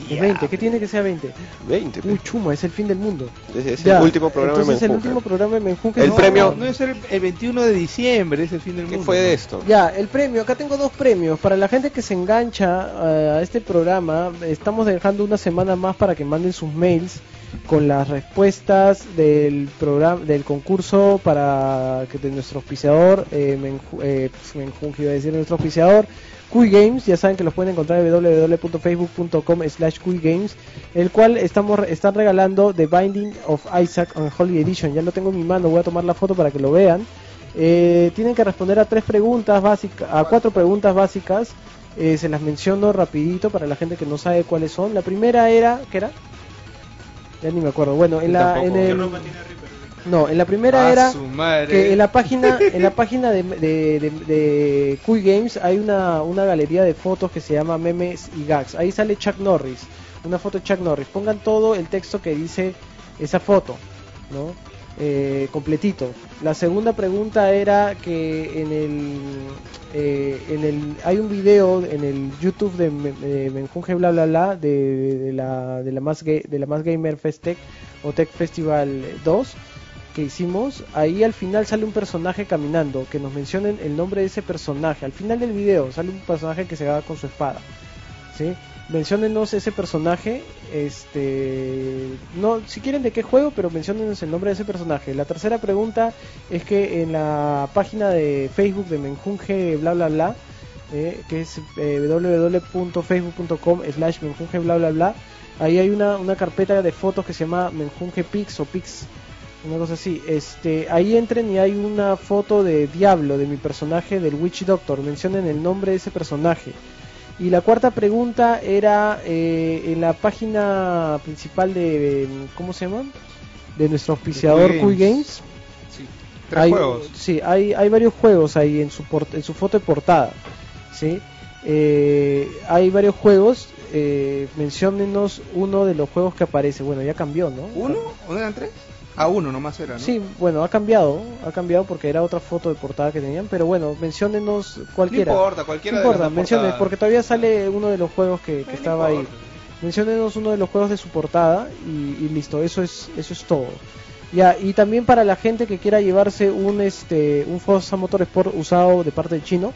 B: Es 20, ¿qué tiene que sea 20?
F: 20.
B: Uy, chuma, es el fin del mundo.
F: Es, es
B: Ya,
F: el último programa
B: entonces
F: de
B: el
F: Menjuca.
B: último programa de Menjunje.
F: El
B: No,
F: premio-
H: No es el, el 21 de diciembre, es el fin del
F: ¿Qué
H: mundo.
F: fue de
H: man.
F: esto?
B: Ya, el premio, acá tengo dos premios. Para la gente que se engancha eh, a este programa, estamos dejando una semana más para que manden sus mails con las respuestas del programa del concurso para que de nuestro auspiciador eh, Menju- eh, pf, Menjunje iba a decir nuestro auspiciador Cuy Games, ya saben que los pueden encontrar en www.facebook.com slash Cuy Games, el cual estamos están regalando The Binding of Isaac on Holy Edition, ya lo tengo en mi mano, voy a tomar la foto para que lo vean. Eh, tienen que responder a tres preguntas básicas, a cuatro preguntas básicas. Eh, se las menciono rapidito para la gente que no sabe cuáles son. La primera era, ¿qué era? Ya ni me acuerdo. Bueno, en la, en el- no, en la primera
H: Ah,
B: era
H: su madre.
B: que en la página, en la página de, de, de- de Cool Games hay una, una galería de fotos que se llama memes y gags. Ahí sale Chuck Norris, una foto de Chuck Norris. Pongan todo el texto que dice esa foto, ¿no? Eh, completito. La segunda pregunta era que en el, eh, en el hay un video en el YouTube de, Me- de Menjunje bla bla bla de, de la de la más Ga- de la más gamer Festec o Tech Festival 2 que hicimos, ahí al final sale un personaje caminando, que nos mencionen el nombre de ese personaje. Al final del video sale un personaje que se va con su espada. ¿sí? Menciónenos ese personaje, este, no, si quieren de qué juego, pero menciónenos el nombre de ese personaje. La tercera pregunta es que en la página de Facebook de Menjunje bla bla bla, eh, que es eh, www.facebook.com slash Menjunje bla bla bla, ahí hay una, una carpeta de fotos que se llama Menjunje Pix o Pix una cosa así. Este, ahí entren y hay una foto de Diablo, de mi personaje del Witch Doctor. Mencionen el nombre de ese personaje. Y la cuarta pregunta era eh, en la página principal de em, ¿cómo se llama? De nuestro auspiciador
H: Cool
B: Cool
H: Games.
B: Games.
H: Sí, tres
B: hay,
H: juegos.
B: Sí, hay, hay varios juegos ahí en su, port- en su foto de portada. ¿sí? Eh, hay varios juegos. Eh, menciónenos uno de los juegos que aparece. Bueno, ya cambió, ¿no?
H: ¿Uno? ¿O no eran tres? Ah, uno nomás era, ¿no?
B: Sí, bueno, ha cambiado, ha cambiado porque era otra foto de portada que tenían, pero bueno, menciónenos
H: No
B: cualquiera.
H: importa, cualquiera
B: No
H: de las
B: importa,
H: dos
B: mencionen,
H: portadas.
B: porque todavía sale uno de los juegos que, que
H: No
B: estaba ahí.
H: importa.
B: Menciónenos uno de los juegos de su portada y, y listo, eso es, eso es todo. Ya, y también para la gente que quiera llevarse un este un Forza Motorsport usado de parte del chino,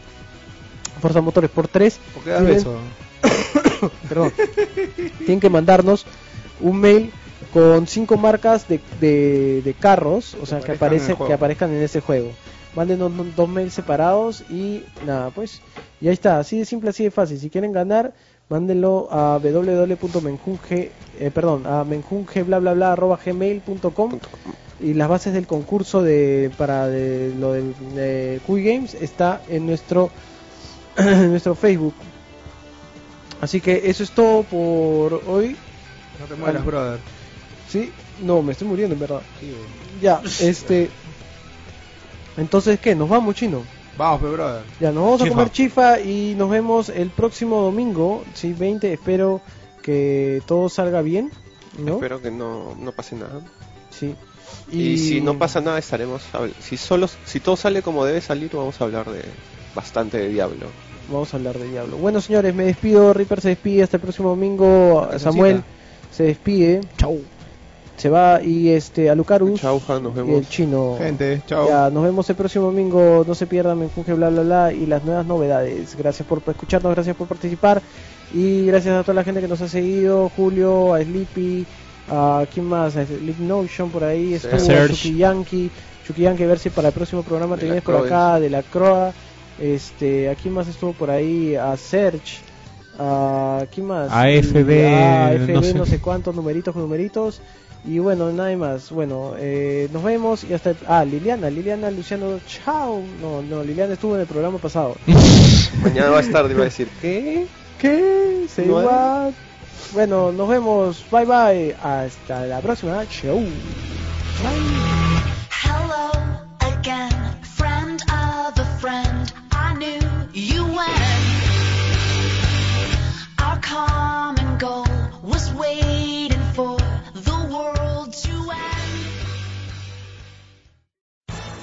B: Forza Motorsport 3,
H: ¿Por qué das
B: tienen-
H: beso?
B: perdón, tienen que mandarnos un mail con cinco marcas de, de- de carros, o sea,
H: aparezcan
B: que,
H: en
B: aparecen,
H: el juego.
B: que aparezcan en ese juego. Mándenos no- dos mails separados y nada, pues. Y ahí está, así de simple, así de fácil. Si quieren ganar, mándenlo a www.menjunge, eh, perdón, a menjungeblablabla@gmail.com y las bases del concurso de para de, lo del de Quick Games está en nuestro en nuestro Facebook. Así que eso es todo por hoy.
E: No te mueras,
B: Ah.
E: brother.
B: Sí, no, me estoy muriendo en verdad. Ya, este entonces qué, nos vamos, chino.
E: Vamos,
H: pues,
E: pe, brother.
B: Ya, nos vamos
G: Chifa.
B: a comer chifa y nos vemos el próximo domingo, sí, 20. Espero que todo salga bien, ¿no?
F: Espero que no, no pase nada.
B: Sí.
F: Y... si no pasa nada estaremos habl- si solo si todo sale como debe salir vamos a hablar de bastante de Diablo.
B: Vamos a hablar de Diablo. Bueno, señores, me despido. Reaper se despide hasta el próximo domingo.
E: Hasta
B: Samuel
E: cita.
B: se despide. Chau. Se va y este Alucarus
F: Chau, Han, nos
B: y el
F: vemos.
B: chino.
E: Gente, chao.
B: Ya, nos vemos el próximo domingo. No se pierdan Menjunje, bla, bla, bla. Y las nuevas novedades. Gracias por escucharnos, gracias por participar. Y gracias a toda la gente que nos ha seguido: Julio, a Sleepy, a quién más, a Sleep Notion por ahí. Estuvo
G: Serge.
B: Chucky Yankee. Chucky Yankee, a ver si para el próximo programa
F: De
B: te
F: la
B: vienes por
F: Croix.
B: acá, de la Croa. Este, ¿a quién más estuvo por ahí? A Serge. ¿A Ah, quién más? Ah,
G: AFB,
B: A AFB,
G: no sé.
B: no sé cuántos numeritos, numeritos. Y bueno, nada más. Bueno, eh, nos vemos y hasta. Ah, Liliana, Liliana, Luciano, chao. No, no, Liliana estuvo en el programa pasado.
F: Mañana va a estar, iba a decir, ¿qué?
B: ¿Qué? Se
F: No,
B: va. Bueno, nos vemos. Bye bye. Hasta la próxima. Chau.
D: Hello again, friend of a friend. I knew you when our common goal was waiting for the world to end.